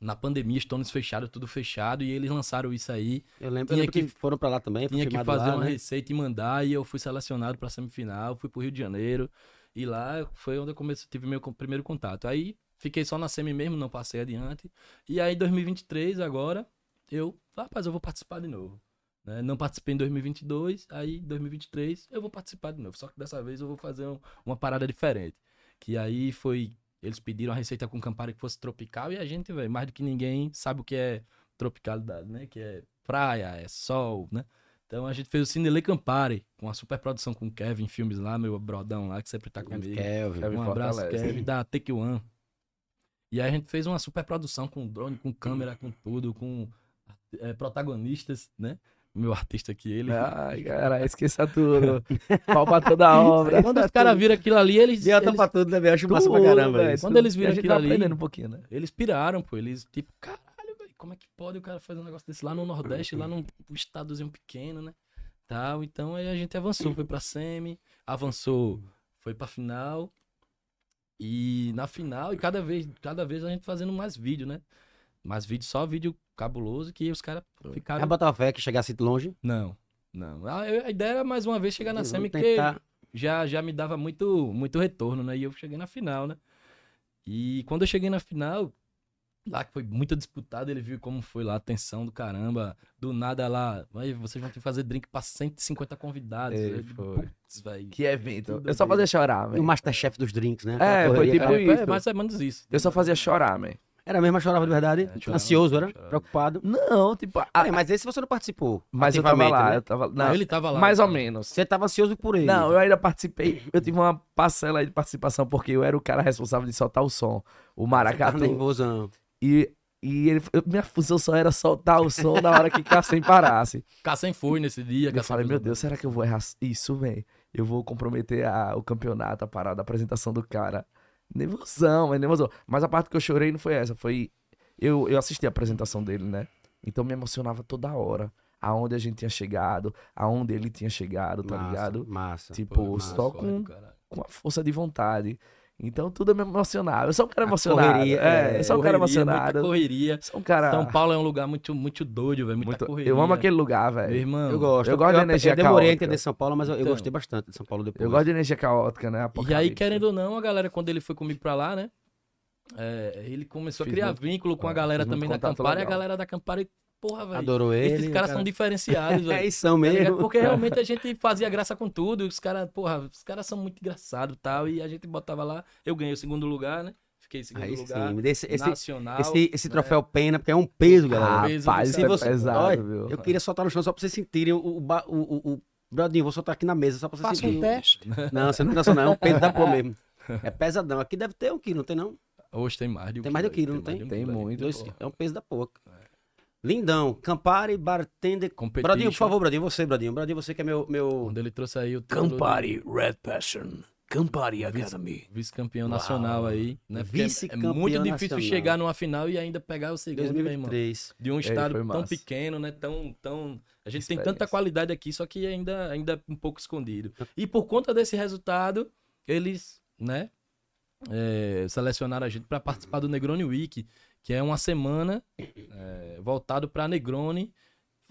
na pandemia, Stones fechado, tudo fechado, e eles lançaram isso aí. Eu lembro, eu Tinha lembro que, que- foram pra lá também, foi Tinha que filmado fazer Tá lá, uma né? receita e mandar, e eu fui selecionado pra semifinal, fui pro Rio de Janeiro, e lá foi onde eu comecei, tive meu con- primeiro contato. Aí fiquei só na semi mesmo, não passei adiante. E aí, em 2023, agora, eu, rapaz, eu vou participar de novo. né? Não participei em 2022, aí em 2023 eu vou participar de novo. Só que dessa vez eu vou fazer um- uma parada diferente. Que aí foi. Eles pediram a receita com Campari que fosse tropical e a gente, velho, mais do que ninguém sabe o que é tropicalidade, né? Que é praia, é sol, né? Então a gente fez o Cinele Campari, com uma super produção com o Kevin Filmes lá, meu brodão lá, que sempre tá comigo. Kelvin. Kevin Um abraço, Fortaleza. Kevin, da Take One. E aí a gente fez uma super produção com drone, com câmera, com tudo, com eh, protagonistas, né? Meu artista aqui, ele. Ai, cara, esqueça tudo. Pau pra toda a obra. Quando os caras viram aquilo ali, eles, E ela tá eles- pra tudo, né, velho? Eu acho massa pra caramba velho. isso. Quando eles viram a gente aquilo tá ali- aprendendo um pouquinho, né? Eles piraram, pô. Eles, tipo, caralho, velho, como é que pode o cara fazer um negócio desse lá no Nordeste, lá num estadozinho pequeno, né? Tal, então aí a gente avançou, foi pra semi, avançou, foi pra final. E na final, e cada vez, cada vez a gente fazendo mais vídeo, né? Mais vídeo, só vídeo cabuloso que os caras Já ficaram. botava fé É que chegasse longe. Não, não. A, a ideia era mais uma vez chegar na Vamos semi, que tentar. já, já me dava muito, muito retorno, né? E eu cheguei na final, né? E quando eu cheguei na final, lá que foi muito disputado, ele viu como foi lá a tensão do caramba. Do nada lá, aí vocês vão ter que fazer drink pra 150 convidados. Ei, Eu digo, É, foi. tipo "Putz, velho." Que evento. Tudo Eu só bem. fazia chorar, O velho. Masterchef dos drinks, né? Aquela É, foi correria. tipo É, isso. mais ou menos isso. Eu só fazia chorar, velho. Era mesmo, eu chorava de verdade. É, chorava, ansioso, era? chorava. Preocupado. Não, tipo. a- Peraí, mas esse você não participou. mas eu tava ativamente, lá, né? eu tava. tá Não, Não, ele tava lá. mais ou menos. Você tava ansioso por ele. Não, eu ainda participei. Eu tive uma parcela aí de participação, porque eu era o cara responsável de soltar o som. O Tava maracatu. nervosão. E, e ele, eu- minha função só era soltar o som na hora que Cassem parasse. Cassem foi nesse dia. E eu Cassem falei, fez meu um- Deus, será que eu vou errar isso, velho? Eu vou comprometer a- o campeonato, a parada, a apresentação do cara. Nervosão, mas nervosão. Mas a parte que eu chorei não foi essa, foi... Eu, eu assisti a apresentação dele, né? Então me emocionava toda hora. Aonde a gente tinha chegado, aonde ele tinha chegado, tá Massa, ligado? Massa. Tipo, Pô, massa, só olha com do caralho. com a força de vontade. Então tudo me emocionava. Eu sou um cara A emocionado. correria, é, é, eu sou um cara Correria, emocionado. Muita correria. Sou um cara. São Paulo é um lugar muito, muito doido, velho. Muita muito- correria. eu amo aquele lugar, velho. Meu irmão. Eu gosto. Eu gosto da energia Eu demorei a caótica. entender São Paulo, mas eu, eu Então. gostei bastante de São Paulo depois. Eu gosto de energia caótica, né? E aí, Apocalipse. querendo ou não, a galera, quando ele foi comigo pra lá, né? é, ele começou Fiz a criar muito- vínculo com a é, galera fiz muito também da contato Campari. E a legal. galera da Campari, porra, velho. Adorou ele. Esses caras são diferenciados, É, velho. eles são tá ligado? mesmo. Porque realmente a gente fazia graça com tudo. Os caras, porra, os caras são muito engraçados e tal. E a gente botava lá. Eu ganhei o segundo lugar, né? Fiquei em segundo Aí lugar. sim, me dê esse, esse, nacional. né? esse, esse troféu pena, porque é um peso, galera. Ah, Rapaz, isso Se é você- pesado, Olha, viu? Eu queria soltar no chão só pra vocês sentirem o, o, ba- o, o, o- Brodinho, vou soltar aqui na mesa só pra vocês Faça um sentirem. teste. Não, você não cansa não, é um peso da porra mesmo. É pesadão. Aqui deve ter um quilo, não tem não? Hoje tem mais de um Tem mais de um quilo, não mais tem? de um Tem quilo aí. muito. Dois, porra. é um peso da porra. Lindão, Campari, Bartender... Competition. Brodinho, por favor, Brodinho, você, Brodinho. Brodinho, você que é meu... meu... Quando ele trouxe aí o título do Red Passion, Campari Academy. vice-campeão nacional aí, né? Porque é- Vice-campeão é muito difícil nacional. chegar numa final e ainda pegar o segundo, meu irmão. 2003. De um estado É, foi tão massa. pequeno, né? Tão, tão... A gente tem Experiência. Tá. tanta qualidade aqui, só que ainda, ainda é um pouco escondido. E por conta desse resultado, eles, né? é, selecionaram a gente para participar do Negroni Week, que é uma semana é, voltado para Negroni,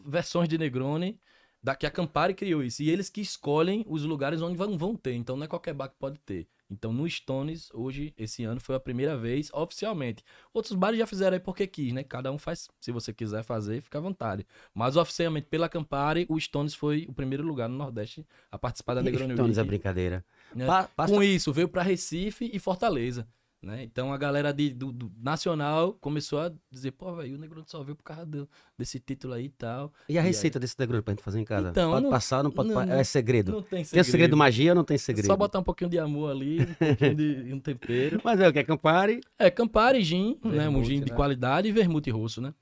versões de Negroni, da que a Campari criou isso. E eles que escolhem os lugares onde vão, vão ter. Então não é qualquer bar que pode ter. Então no Stones, hoje, esse ano, foi a primeira vez oficialmente. Outros bares já fizeram aí porque quis, né? Cada um faz, se você quiser fazer, fica à vontade. Mas oficialmente, pela Campari, o Stones foi o primeiro lugar no Nordeste a participar da Negroni Então, Week. é brincadeira. né? Pa- passa- um Com isso, veio para Recife e Fortaleza. Né? Então a galera de- do, do Nacional começou a dizer, pô, velho, o Negroni só veio por causa do- desse título aí e tal. E a E aí? receita desse degrau pra gente fazer em casa? Então, pode não- passar, não pode não- pa- É segredo. Não tem Tem segredo. o segredo magia ou não tem segredo? Só botar um pouquinho de amor ali, um pouquinho de um tempero. Mas é o que é Campari. É, Campari Gin, né? Um Vermute, gin de né? qualidade e vermute russo, né?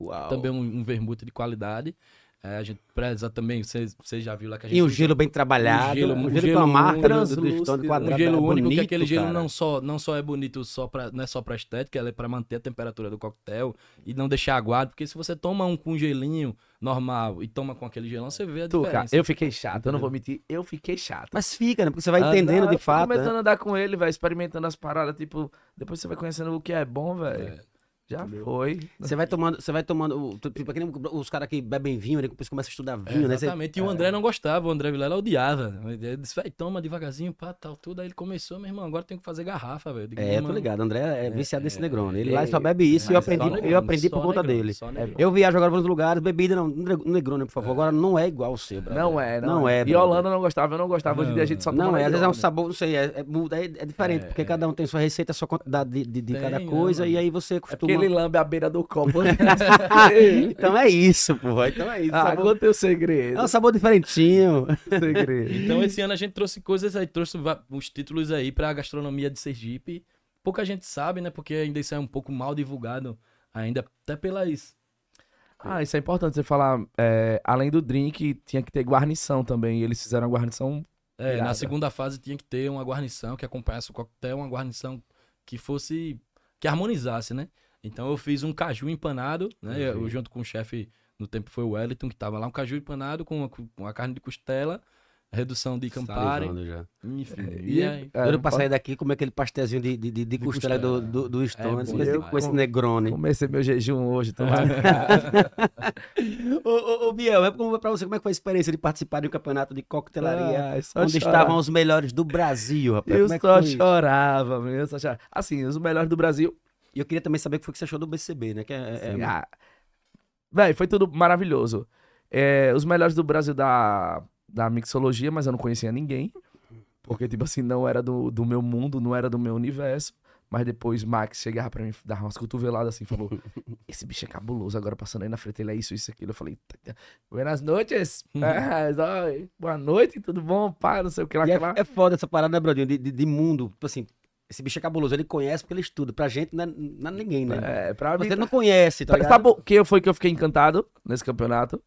Uau. Também um, um vermute de qualidade. É, a gente preza também, você já viu lá que a gente... E um gelo bem trabalhado. Um gelo- um um gelo gelo com a marca do- do, do translúcido, Stone um quadrado. um gelo é único, que bonito, aquele gelo cara. não só, não só é bonito só pra, não é só pra estética, ela é pra manter a temperatura do coquetel e não deixar aguado, porque se você toma um com gelinho normal e toma com aquele gelão, você vê a Tu, cara, diferença. eu fiquei chato, eu não vou mentir, eu fiquei chato. Mas fica, né? Porque você vai Ah, entendendo Andar, de eu fui fato. né? começando a andar com ele, velho, experimentando as paradas, tipo, depois você vai conhecendo o que é bom, velho. Já foi. Você vai tomando, você vai tomando. o- Tipo, que nem os caras que bebem vinho, né? Depois começa a estudar É, vinho, né? Você- exatamente. E o André não gostava, o André Vilela odiava. Ele disse, vai, toma devagarzinho, pá, tal, tudo. Aí ele começou, meu irmão, agora tem que fazer garrafa, velho. Eu digo, É, eu tô "Mano, ligado. André é viciado nesse Negroni. Ele é, lá só bebe isso e eu mas só aprendi, Negroni, eu aprendi por só conta Negroni, dele. só Negroni." Eu viajo agora para os lugares, bebida não, um Neg- Negroni, por favor. Agora não é igual o seu, brother. Não é, não, Não é, E brother. Holanda não gostava, eu não gostava. Hoje em dia a gente só Não, toma né? é, às vezes é um Negroni. sabor, não sei, é, é, muda, é, é diferente, porque cada um tem sua receita, sua quantidade de, de- de Tem, cada né, coisa, mano? e aí você É porque costuma. ele lambe a beira do copo. então é isso, pô. Então é isso. ah, sabor- conta o É segredo. um sabor diferentinho. segredo. Então esse ano a gente trouxe coisas aí, trouxe va- uns títulos aí pra gastronomia de Sergipe. Pouca gente sabe, né? Porque ainda isso é um pouco mal divulgado ainda, até pelas. Ah, isso é importante você falar. é, além do drink, tinha que ter guarnição também. E eles fizeram a guarnição. É, na Irada. segunda fase tinha que ter uma guarnição que acompanhasse o coquetel, uma guarnição que fosse. que harmonizasse, né? Então eu fiz um caju empanado, né? Uhum. Eu, junto com o chefe, no tempo foi o Wellington, que tava lá, um caju empanado com a, com a carne de costela, redução de campari. Salivando já. Enfim, E- e aí, É, eu não pra pode- sair daqui, comer aquele pastezinho de, de, de, de costela do, costela. do, do Stones, bom mas demais. com esse né? Negroni. Comecei meu jejum hoje, tô É. lá. Ô, ô, ô, Biel, é como- pra você, como é que foi a experiência de participar de um campeonato de coquetelaria? Ai, Ah, só onde chorar. estavam os melhores do Brasil, rapaz. Eu Como é que só foi? chorava, meu, eu só chorava. Assim, os melhores do Brasil. E eu queria também saber o que foi que você achou do BCB, né? Que é- é- é- Ah, Véi, foi tudo maravilhoso. É, os melhores do Brasil da, da mixologia, mas eu não conhecia ninguém. Porque, tipo assim, não era do, do meu mundo, não era do meu universo. Mas depois Max chegava pra mim, dava umas cotoveladas assim, falou: Esse bicho é cabuloso, agora passando aí na frente, ele é isso, isso, aquilo. Eu falei: "Tá, tá. Buenas noites, É, só- boa noite, tudo bom, pá, não sei o que lá. Uhum. E é, que lá. é foda essa parada, né, Brodinho? De, de, de mundo, tipo assim, esse bicho é cabuloso, ele conhece porque ele estuda. Pra gente não é, não é ninguém, né? É, pra mim, Você não conhece, tá Sabe- ligado? Sabe o que foi que eu fiquei encantado nesse campeonato?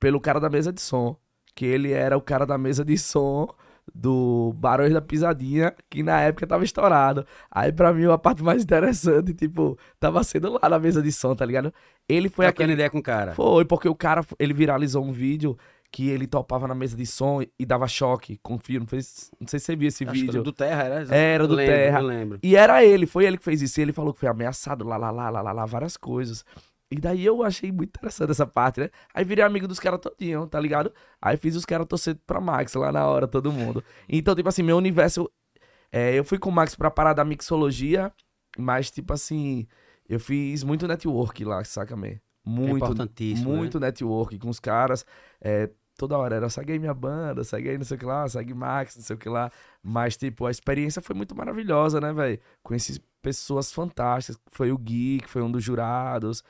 Pelo cara da mesa de som. Que ele era o cara da mesa de som do Barões da Pisadinha, que na época tava estourado. Aí pra mim a parte mais interessante, tipo, tava sendo lá na mesa de som, tá ligado? Ele foi Foi aquela aquele. ideia com o cara. Foi, porque o cara, ele viralizou um vídeo que ele topava na mesa de som e dava choque com o filme. Não sei se não sei se você viu esse Acho que vídeo. era do Terra, era? Era do lembro, Terra. Eu lembro. E era ele, foi ele que fez isso. E ele falou que foi ameaçado, lá, lá, lá, lá, lá, lá, várias coisas. E daí eu achei muito interessante essa parte, né? Aí virei amigo dos caras todinho, tá ligado? Aí fiz os caras torcer pra Max lá na hora, todo mundo. Então, tipo assim, meu universo. é, eu fui com o Max pra parar da mixologia, mas, tipo assim, eu fiz muito network lá, saca, man? É Muito, importantíssimo. muito network com os caras. é, toda hora era segue aí minha banda, segue aí não sei o que lá, segue Max, não sei o que lá. Mas, tipo, a experiência foi muito maravilhosa, né, velho? Conheci pessoas fantásticas. Foi o Gui, que foi um dos jurados,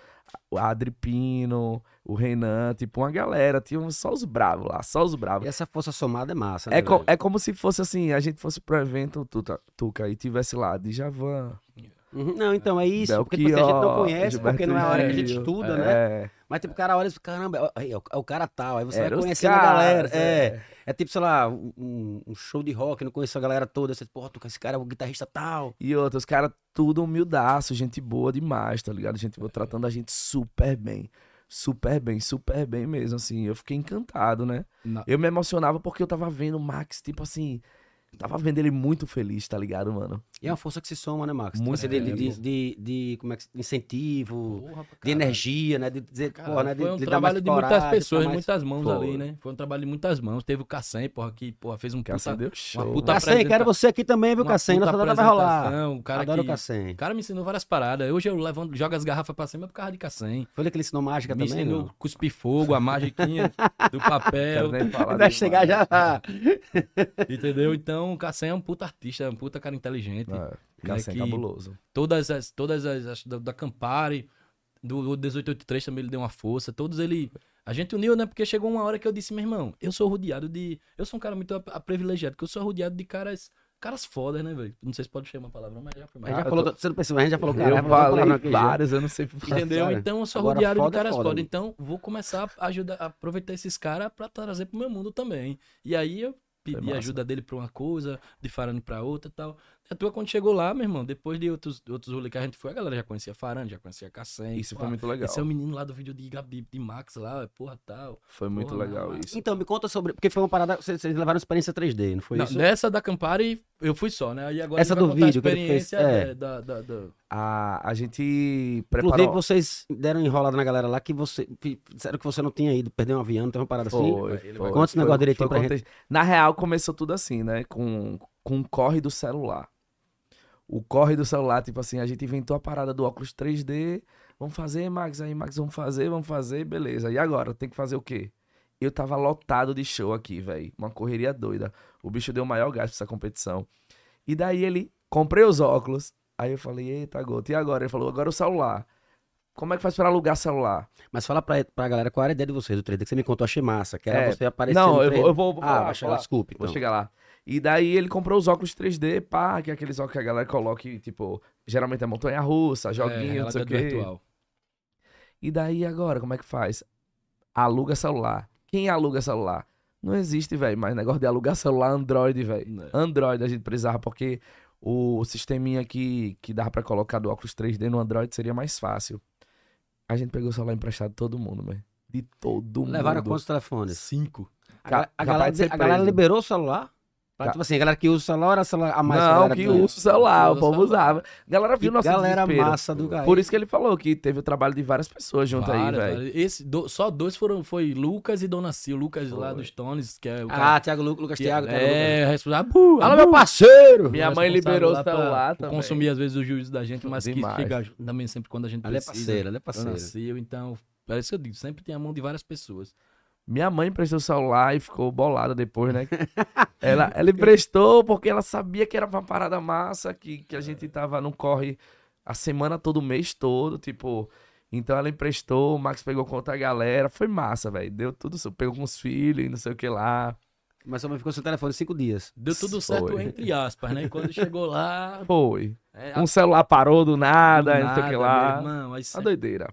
a Adri Pino, o Renan, tipo, uma galera. Tinha só os bravos lá, só os bravos. né? E essa força somada é massa, né? É, co- velho? é como se fosse assim, a gente fosse pro evento, Tuta- Tuca, e tivesse lá Djavan. Uhum, Não, então é isso. Belchior, Porque tipo, assim, a gente não conhece, porque não é a hora que a gente Gilberto estuda, né? É, Mas tipo, o cara olha e diz, caramba, é, é o- é o cara tal. Aí você Era vai os conhecendo a caras, galera. É. é. tipo, sei lá, um, um show de rock, não conheço a galera toda. Você diz, porra, tu- esse cara é o guitarrista tal. E outros, cara, tudo humildaço, gente boa demais, tá ligado? Gente É. boa, tratando a gente super bem. Super bem, super bem mesmo, assim. Eu fiquei encantado, né? na- Eu me emocionava porque eu tava vendo o Max, tipo assim. Tava vendo ele muito feliz, tá ligado, mano? E é uma força que se soma, né, Max? Muito Muito de, de, bem, de, pô. de- de- como é que, se- incentivo, Porra, pra de caralho. energia, né? De dizer, Cara, porra, né? De, foi um de dar mais trabalho de coragem, muitas dar pessoas, mais- muitas mãos Foi. ali, né? Foi um trabalho de muitas mãos. Teve o Cassem, porra, que porra, fez um O Cassem puta, deu show. puta- Cassem, quero apresenta- você aqui também, viu, uma Cassem? puta Nossa data vai rolar. apresentação, O cara Adoro o que- Cassem. O cara me ensinou várias paradas. Hoje eu levanto, jogo as garrafas pra cima por causa de Cassem. Foi ele que ele ensinou mágica Me também, ensinou não? cuspir fogo, a magiquinha do Quero papel. nem falar Vai demais. chegar já lá. Entendeu? Então, o Cassem é um puta artista, é um puta cara inteligente. É, Cassem é que- cabuloso. Todas as, todas as, as da, da Campari, do, do 1883 também ele deu uma força. Todos ele. A gente uniu, né? Porque chegou uma hora que eu disse, meu irmão, eu sou rodeado de. Eu sou um cara muito a- a privilegiado, porque eu sou rodeado de caras. Caras fodas, né, velho? Não sei se pode chamar a palavra, mas já foi A mais. gente já eu falou, Ah, você não percebeu, a gente já falou, cara, eu vamos falar falei não aqui já. vários, eu não sei por Entendeu? Cara, Então eu sou agora rodeado de foda é caras foda, foda. né? Então vou começar a ajudar, a aproveitar esses caras pra trazer pro meu mundo também. E aí eu Foi pedi massa. ajuda dele pra uma coisa, de Farane pra outra e tal. E a tua quando chegou lá, meu irmão, depois de outros, outros rolês que a gente foi, a galera já conhecia Farane, já conhecia Cassem. Isso pá, foi muito legal. Esse é o menino lá do vídeo de, Gabi, de Max lá, porra tal. Foi muito Porra, legal mano. isso. Então, me conta sobre. Porque foi uma parada. Vocês, vocês levaram experiência 3D, não foi Não, isso? né, nessa da Campari, eu fui só, né? E agora Essa a gente vai do contar vídeo que a ele fez, experiência é. é, da, da- da- A, a gente Inclusive, preparou. vocês deram enrolada na galera lá que você. que Disseram que você não tinha ido, perdeu um avião, não teve uma parada assim. Foi, Ele foi, Conta esse foi- negócio direitinho foi pra contexto. Na real, começou tudo assim, né? Com, com o corre do celular. O corre do celular, tipo assim, a gente inventou a parada do óculos 3D. Vamos fazer, Max, aí, Max, vamos fazer, vamos fazer, beleza. E agora, tem que fazer o quê? Eu tava lotado de show aqui, velho. Uma correria doida. O bicho deu o maior gasto pra essa competição. E daí ele, comprei os óculos. Aí eu falei, eita, gota, e agora? Ele falou, agora o celular. Como é que faz pra alugar celular? Mas fala pra, pra galera qual era a ideia de vocês do 3D que você me contou, achei massa, que era É, você aparecer. não, no eu 3D. vou- eu vou- vou ah, falar, vai chegar, falar. desculpe. Vou então. chegar lá. E daí ele comprou os óculos 3D, pá, que é aqueles óculos que a galera coloca e, tipo, geralmente é montanha russa, joguinho, é, não sei o realidade quê. virtual. E daí agora, como é que faz? Aluga celular. Quem aluga celular? Não existe, velho, mais negócio de alugar celular Android, velho. Né? Android a gente precisava, porque o sisteminha que, que dava pra colocar do óculos 3D no Android seria mais fácil. A gente pegou o celular emprestado de todo mundo, velho. De todo Levaram mundo. quantos telefones? Cinco. A, ga- a capaz galera, de ser a galera preso. liberou o celular? Pra, Ca- Tipo assim, a galera que usa o celular era a celular- a mais que a Não, galera que ganha? usa o celular, o Usa povo o celular. usava. A galera viu Que nosso galera desespero. massa do cara. Por isso que ele falou que teve o trabalho de várias pessoas junto aí, Várias, velho. várias. Esse, do- só dois foram, foi Lucas e Dona Sil. Lucas lá Foi. dos Tones, que é o Ah, Thiago Lucas, Lucas Thiago. Thiago Lucas. É, responsável. tá Alô, meu parceiro! Minha mãe liberou o celular também. Consumir às vezes o juízo da gente, mas que Demais. chega ju- também sempre quando a gente Ali é precisa. parceiro, ali é Dona parceiro. Sil, então, é isso que eu digo, sempre tem a mão de várias pessoas. Minha mãe emprestou o celular e ficou bolada depois, né? ela, ela emprestou porque ela sabia que era uma parada massa, que, que a gente tava no corre a semana todo, o mês todo, tipo. Então ela emprestou, o Max pegou com outra galera, foi massa, velho. Deu tudo, certo, pegou com os filhos e não sei o que lá. Mas sua mãe ficou sem telefone cinco dias. Deu tudo certo, Foi. entre aspas, né? Quando chegou lá. Foi. é, Um celular parou do nada, não sei o que nada, né? meu lá. irmão, aí Uma sempre- doideira.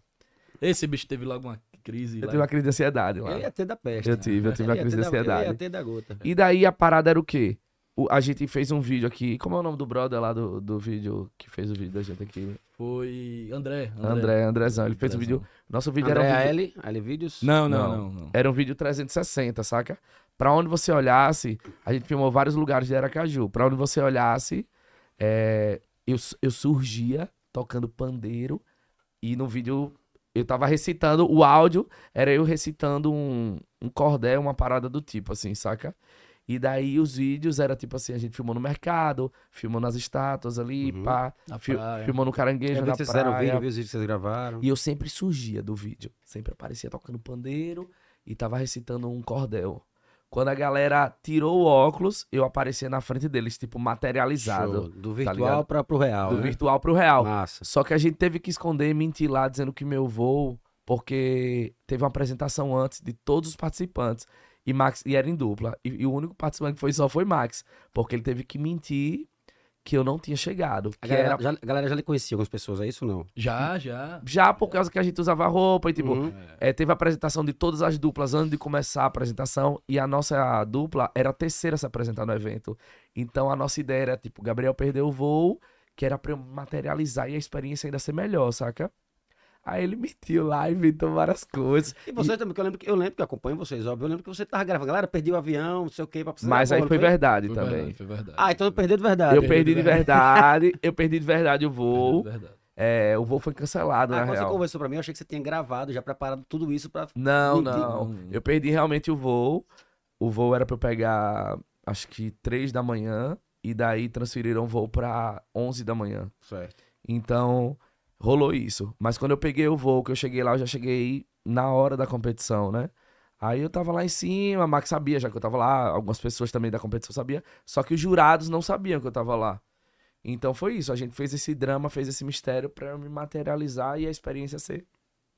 Esse bicho teve logo uma crise. Eu lá. tive uma crise de ansiedade lá. Eu ia ter da peste. né? Eu tive, eu tive Eu uma ia crise de ter da- eu ia ansiedade. ter da gota. E daí a parada era o quê? O- a gente fez um vídeo aqui. Como é o nome do brother lá do, do vídeo que fez o vídeo da gente aqui? Foi André. André, Andrezão. Ele fez o vídeo. Nosso vídeo era um André vídeo, AL, AL Vídeos. Não, não, Não. não. não, era um vídeo 360, saca? Pra onde você olhasse, a gente filmou vários lugares de Aracaju. Pra onde você olhasse, é, eu, su- eu surgia tocando pandeiro e no vídeo eu tava recitando, o áudio era eu recitando um, um cordel, uma parada do tipo, assim, saca? E daí os vídeos era tipo assim, a gente filmou no mercado, filmou nas estátuas ali, Uhum. pá, Na fi- praia. filmou no Eu caranguejo vi na que vocês fizeram o vídeo, eu praia. vi os vídeos que vocês gravaram. E eu sempre surgia do vídeo. Sempre aparecia tocando pandeiro e tava recitando um cordel. Quando a galera tirou o óculos, eu aparecia na frente deles, tipo, materializado. Show. Do tá ligado? virtual pra, pro real. Do né? virtual pro real. Massa. Só que a gente teve que esconder e mentir lá, dizendo que meu voo, porque teve uma apresentação antes de todos os participantes. E Max, e era em dupla. E, e o único participante que foi só foi Max. Porque ele teve que mentir que eu não tinha chegado. A Que galera, era já, a galera já lhe conhecia algumas pessoas, é isso ou não? Já, já. já por causa que a gente usava roupa e tipo. Uhum. É, teve a apresentação de todas as duplas antes de começar a apresentação e a nossa dupla era a terceira a se apresentar no evento. Então a nossa ideia era, tipo, Gabriel perdeu o voo, que era pra eu materializar e a experiência ainda ser melhor, saca? Aí ele mentiu lá e inventou várias coisas. E vocês também, que eu lembro que eu lembro que eu acompanho vocês, óbvio. Eu lembro que você tava gravando, galera, perdi o avião, não sei o que, pra precisar Mas aí não foi verdade Foi também. verdade, foi verdade. Ah, então eu perdi de verdade. Eu Perdeu perdi de de verdade, eu perdi de verdade o Foi voo. verdade. É, o voo foi cancelado, Ah, na quando você real. conversou pra mim, eu achei que você tinha gravado, já preparado tudo isso pra. Não, Mentira. não. Eu perdi realmente o voo. O voo era pra eu pegar, acho que 3 da manhã. E daí transferiram o voo pra 11 da manhã. Certo. Então, rolou isso. Mas quando eu peguei o voo, que eu cheguei lá, eu já cheguei na hora da competição, né? Aí eu tava lá em cima, a Max sabia já que eu tava lá, algumas pessoas também da competição sabiam, só que os jurados não sabiam que eu tava lá. Então foi isso, a gente fez esse drama, fez esse mistério pra eu me materializar e a experiência ser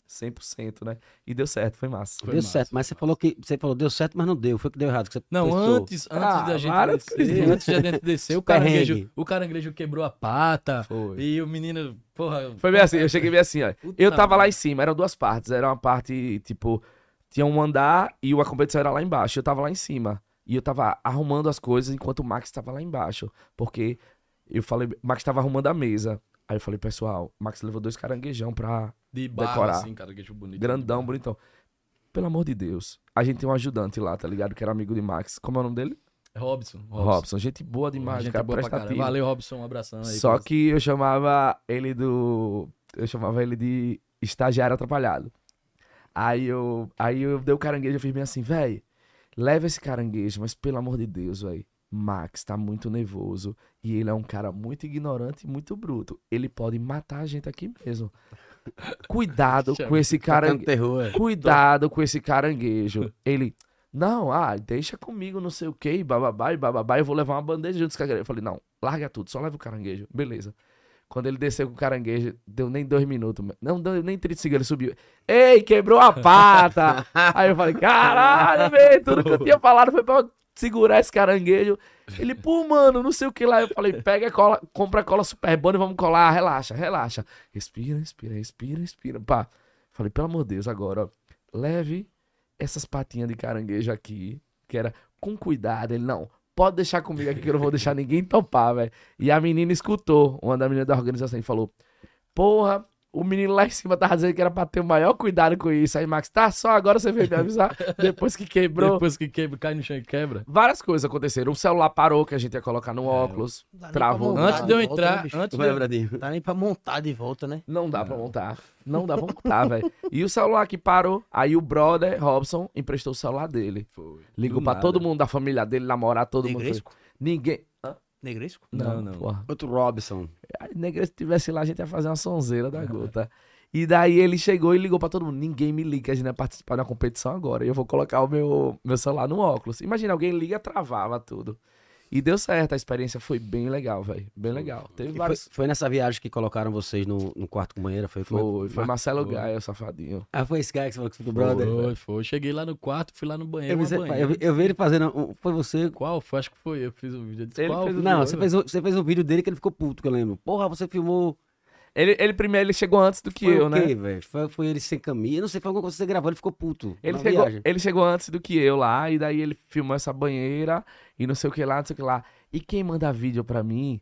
100%, né? E deu certo, foi massa. Foi deu massa, certo, mas você falou que. Você falou, deu certo, mas não deu. Foi que deu errado. Que você Não, pensou. antes, antes Ah, da gente várias descer, coisinhas. antes da gente descer, o Perrengue. caranguejo, o caranguejo quebrou a pata. Foi. E o menino, porra. Foi bem assim, eu cheguei bem assim, ó. Puta Eu tava lá em merda. cima, eram duas partes. Era uma parte, tipo, tinha um andar e a competição era lá embaixo. Eu tava lá em cima. E eu tava arrumando as coisas enquanto o Max tava lá embaixo. Porque eu falei, o Max tava arrumando a mesa. Aí eu falei, pessoal, o Max levou dois caranguejão pra De barra, decorar. assim, caranguejo bonito. grandão, bonitão. Pelo amor de Deus. A gente tem um ajudante lá, tá ligado? Que era amigo de Max. Como é o nome dele? Robson. Robson. Gente boa demais, Gente cara. boa pra caralho. prestativo. Valeu, Robson. Um abração aí. Só que eu chamava ele do. Eu chamava ele de estagiário atrapalhado. Aí eu, aí eu dei o caranguejo, eu fiz bem assim, véi, leva esse caranguejo, mas pelo amor de Deus, véi. Max tá muito nervoso e ele é um cara muito ignorante e muito bruto. Ele pode matar a gente aqui mesmo. Cuidado com esse Tocando caranguejo. terror, é. Cuidado com esse caranguejo. Ele, não, ah, deixa comigo, não sei o que, e bababá, e bababá, eu vou levar uma bandeja junto com os caranguejos. Eu falei, não, larga tudo, só leva o caranguejo. Beleza. Quando ele desceu com o caranguejo, deu nem dois minutos, mas- não, deu nem 30 segundos, ele subiu. Ei, quebrou a pata! Aí eu falei, caralho, velho, tudo que eu tinha falado foi pra eu segurar esse caranguejo. Ele, pô, mano, não sei o que lá. Eu falei, pega a cola, compra a cola super boa e vamos colar, relaxa, relaxa. Respira, respira, respira, respira, pá. Falei, pelo amor de Deus, agora, ó, leve essas patinhas de caranguejo aqui, que era com cuidado. Ele, não, pode deixar comigo aqui que eu não vou deixar ninguém topar, velho. E a menina escutou, uma da menina da organização, e falou: Porra, o menino lá em cima tava dizendo que era pra ter o maior cuidado com isso. Aí, Max, tá só agora você veio me avisar, depois que quebrou. Depois que quebra, cai no chão e quebra. Várias coisas aconteceram. O celular parou, que a gente ia colocar É, no óculos. Não dá nem pra Travou. montar Antes de eu volta, né, entrar, bicho? antes de Vai, eu Bradinho. Não dá nem pra montar de volta, né? Não dá pra montar. Não dá pra montar, velho. E o celular que parou, aí o brother Robson emprestou o celular dele. Foi. Ligou Do pra nada. todo mundo da família dele, namorar todo mundo. foi- Negresco? Ninguém. Hã? Negresco? Não, não. Porra. Outro Robson. Aí, Negresco, se tivesse lá, a gente ia fazer uma sonzeira É, da gota. E daí ele chegou e ligou pra todo mundo. Ninguém me liga, a gente vai participar da competição agora. E eu vou colocar o meu, meu celular no óculos. Imagina, alguém liga, travava tudo. E deu certo, a experiência foi bem legal, velho. Bem legal. E Teve Foi, vários. foi nessa viagem que colocaram vocês no, no quarto com banheira? Foi, Foi, foi Mar- Marcelo Gaia, o safadinho. Ah, foi esse cara que você falou que foi do brother? Foi, foi. Cheguei lá no quarto, fui lá no Eu, banheiro. vi, uma você- banheira. eu vi- eu vi ele fazendo. um- Foi você. Qual? Foi, acho que foi. Eu fiz o vídeo. eu disse, Ele qual? fez o foi? Não, você fez, um- você fez um vídeo dele que ele ficou puto, que eu lembro. Porra, você filmou. Ele, ele primeiro ele chegou antes do que foi eu, o né? quê, velho? Foi, foi ele sem camisa. Não sei, foi alguma coisa que você gravou, ele ficou puto. Ele na chegou, viagem. ele chegou antes do que eu lá, e daí ele filmou essa banheira e não sei o que lá, não sei o que lá. E quem manda vídeo pra mim,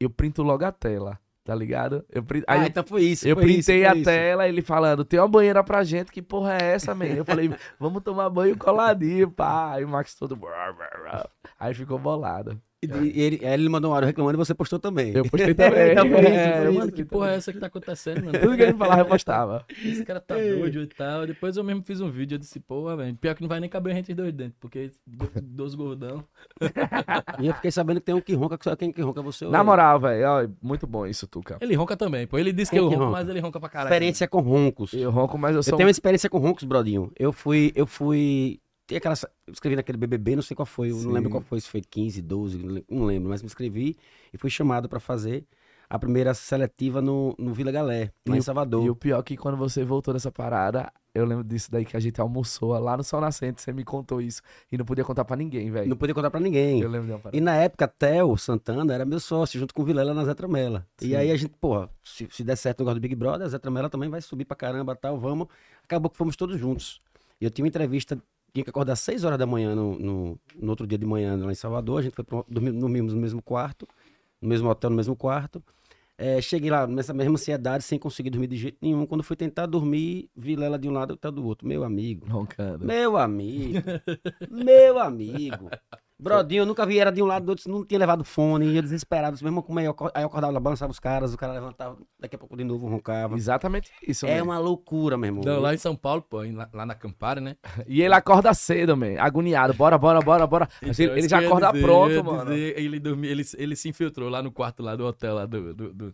eu printo logo a tela, tá ligado? Eu prin- aí ah, eu- então foi isso. eu foi isso, printei foi a isso. tela, ele falando, tem uma banheira pra gente, que porra é essa, man? Eu falei, vamos tomar banho coladinho, pá. Aí o Max todo. brá, brá, brá. Aí ficou bolado. E, e ele, aí ele mandou um áudio reclamando e você postou também. Eu postei também. Então, por isso, É, por eu isso. Mano, postei que porra é também. essa que tá acontecendo, mano? Tudo que ele falava, eu postava. Esse cara tá É. doido e tal. Depois eu mesmo fiz um vídeo, eu disse, porra, velho, pior que não vai nem caber entre dois dentes, porque dois gordão. E eu fiquei sabendo que tem um que ronca, que só quem que ronca é você. ou Na ele. moral, velho, ó, muito bom isso, Tuca. Ele ronca também, pô. Ele disse que Quem eu que ronco, ronca? mas ele ronca pra caralho. Experiência com roncos. Eu ronco, mas eu Eu sou um tenho uma experiência com roncos, Brodinho. Eu fui. Eu fui. Tem aquela. Eu escrevi naquele BBB, não sei qual foi, eu não lembro Sim. qual foi, se foi 15, 12, não lem- não lembro, mas me inscrevi e fui chamado pra fazer a primeira seletiva no, no Vila Galé, lá E em o- Salvador. E o pior é que quando você voltou dessa parada, eu lembro disso daí que a gente almoçou lá no Sol Nascente, você me contou isso. E não podia contar pra ninguém, velho. Não podia contar pra ninguém. Eu lembro de uma parada. E na época, Theo Santana era meu sócio, junto com o Vilela na Zé Tramela. Sim. E aí a gente, porra, se, se der certo o negócio do Big Brother, a Zé Tramela também vai subir pra caramba tal, vamos. Acabou que fomos todos juntos. E eu tinha uma entrevista, tinha que acordar às 6 horas da manhã, no, no, no outro dia de manhã, lá em Salvador. A gente foi pro, dormi- dormimos no mesmo quarto, no mesmo hotel, no mesmo quarto. É, cheguei lá nessa mesma ansiedade, sem conseguir dormir de jeito nenhum. Quando fui tentar dormir, Vilela de um lado, Theo do outro. Meu amigo. Roncando. Meu amigo. meu amigo. Brodinho, eu nunca vi, era de um lado do outro, não tinha levado fone, e eu desesperado, disse, mesmo como aí eu aco- aí eu acordava, lá, balançava os caras, o cara levantava, daqui a pouco de novo roncava. Exatamente isso, É man. uma loucura, meu irmão. Não, lá em São Paulo, pô, em- lá, lá na Campara, né? E ele acorda cedo, man. Agoniado. Bora, bora, bora, bora. Mas ele, Então, ele isso já que eu ia acorda dizer, eu ia pronto, mano. dizer, ele, dormia, ele, ele se infiltrou lá no quarto lá do hotel, lá do. do- do-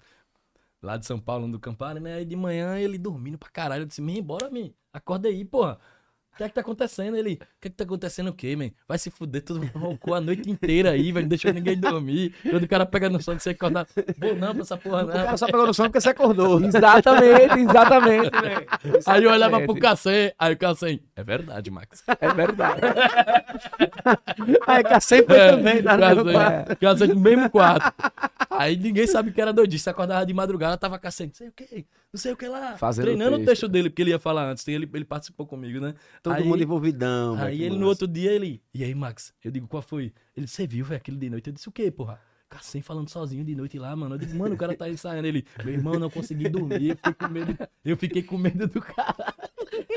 lá de São Paulo, do Campari, né? Aí de manhã ele dormindo pra caralho. Eu disse, man, bora, man. Acorda aí, porra. O que é que tá acontecendo? Ele, o que é que tá acontecendo o quê, man? Vai se fuder, todo mundo roncou a noite inteira aí, velho. Não deixou ninguém dormir. Todo o cara pega no sono de você acordar. Vou não pra essa porra, não. só pegou no sono porque você acordou. Exatamente, exatamente, man. Aí eu olhava pro Exatamente. Cassem, aí o Cassem, é verdade, Max. É verdade. É, Aí cacei É, foi também, tá no mesmo quarto. Casante, casante no mesmo quarto. Aí ninguém sabe que era doidista. Acordava de madrugada, tava caçando, não sei o que, não sei o que lá. Fazendo treinando texto. o texto dele, porque ele ia falar antes. Ele, ele participou comigo, né? Todo Aí- mundo envolvidão. velho, Aí que ele no massa. outro dia, ele. E aí, Max? Eu digo, qual foi? Ele, você viu, velho, aquele de noite? Eu disse, o quê, porra? Cacém falando sozinho de noite lá, mano. Eu digo, mano, o cara tá ensaiando. Ele, meu irmão, eu não consegui dormir. Eu fiquei com medo, eu fiquei com medo do cara.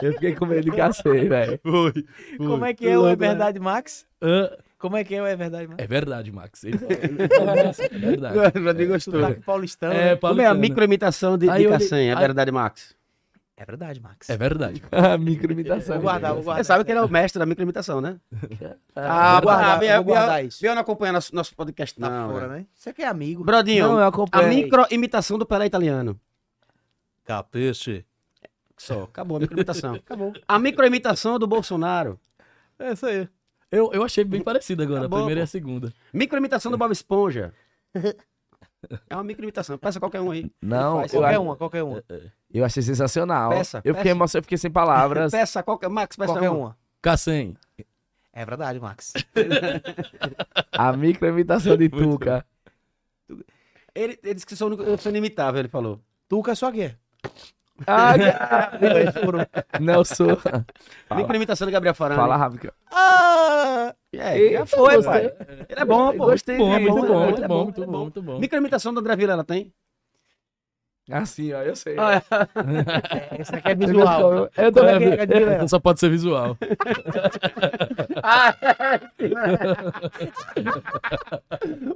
Eu fiquei com medo de cacete, velho. Foi. Como é que Foi é o É louco, né? Verdade Max? Hã? Como é que é o É Verdade Max? É verdade, Max. Ele, ele falou assim, é verdade. Brodinho gostou. Sotaque tá paulistão, É, né? Como é a paulistano. microimitação de, Aí de eu olhei- Cassem, é aí- verdade, Max? É verdade, Max. É verdade. Microimitação. Vou guardar, vou guardar. Você sabe que ele é o mestre da microimitação, né? Ah, vou guardar, viu- vou guardar viu- isso. viu não acompanha nosso, nosso podcast, Tá não. fora, velho. né? Você que é amigo. Brodinho, Não, eu a acompanho. microimitação do Pelé italiano. Capiche. Só, acabou a microimitação. acabou. A microimitação do Bolsonaro. É isso aí. Eu, eu achei bem parecido agora, Tá bom, a primeira e pô. a segunda. Microimitação do Bob Esponja. É uma microimitação. Peça qualquer um aí. Não, Faz eu, Qualquer ach- uma, qualquer uma. eu achei sensacional. Peça, eu, fiquei peça. emocionado, eu fiquei sem palavras. Peça qualquer. Max, peça Qualquer um. uma. Cassem, É verdade, Max. A microimitação de Tuca. Ele, ele disse que sou, eu sou inimitável, ele falou. Tuca só que é. Ah, cara. Não, eu sou. Fala. Microimitação do Gabriel Farani. Fala rápido. Ah! É, já foi, pai. Ele é bom, pô. Gostei Bom, dele, muito né? bom, Ele muito é bom, bom, muito ele é bom, bom. muito bom. Microimitação do André Vilela tem? Assim, ó, eu sei. Essa aqui é visual. Eu tô Qual é vendo. que é a Vilela? Só pode ser visual.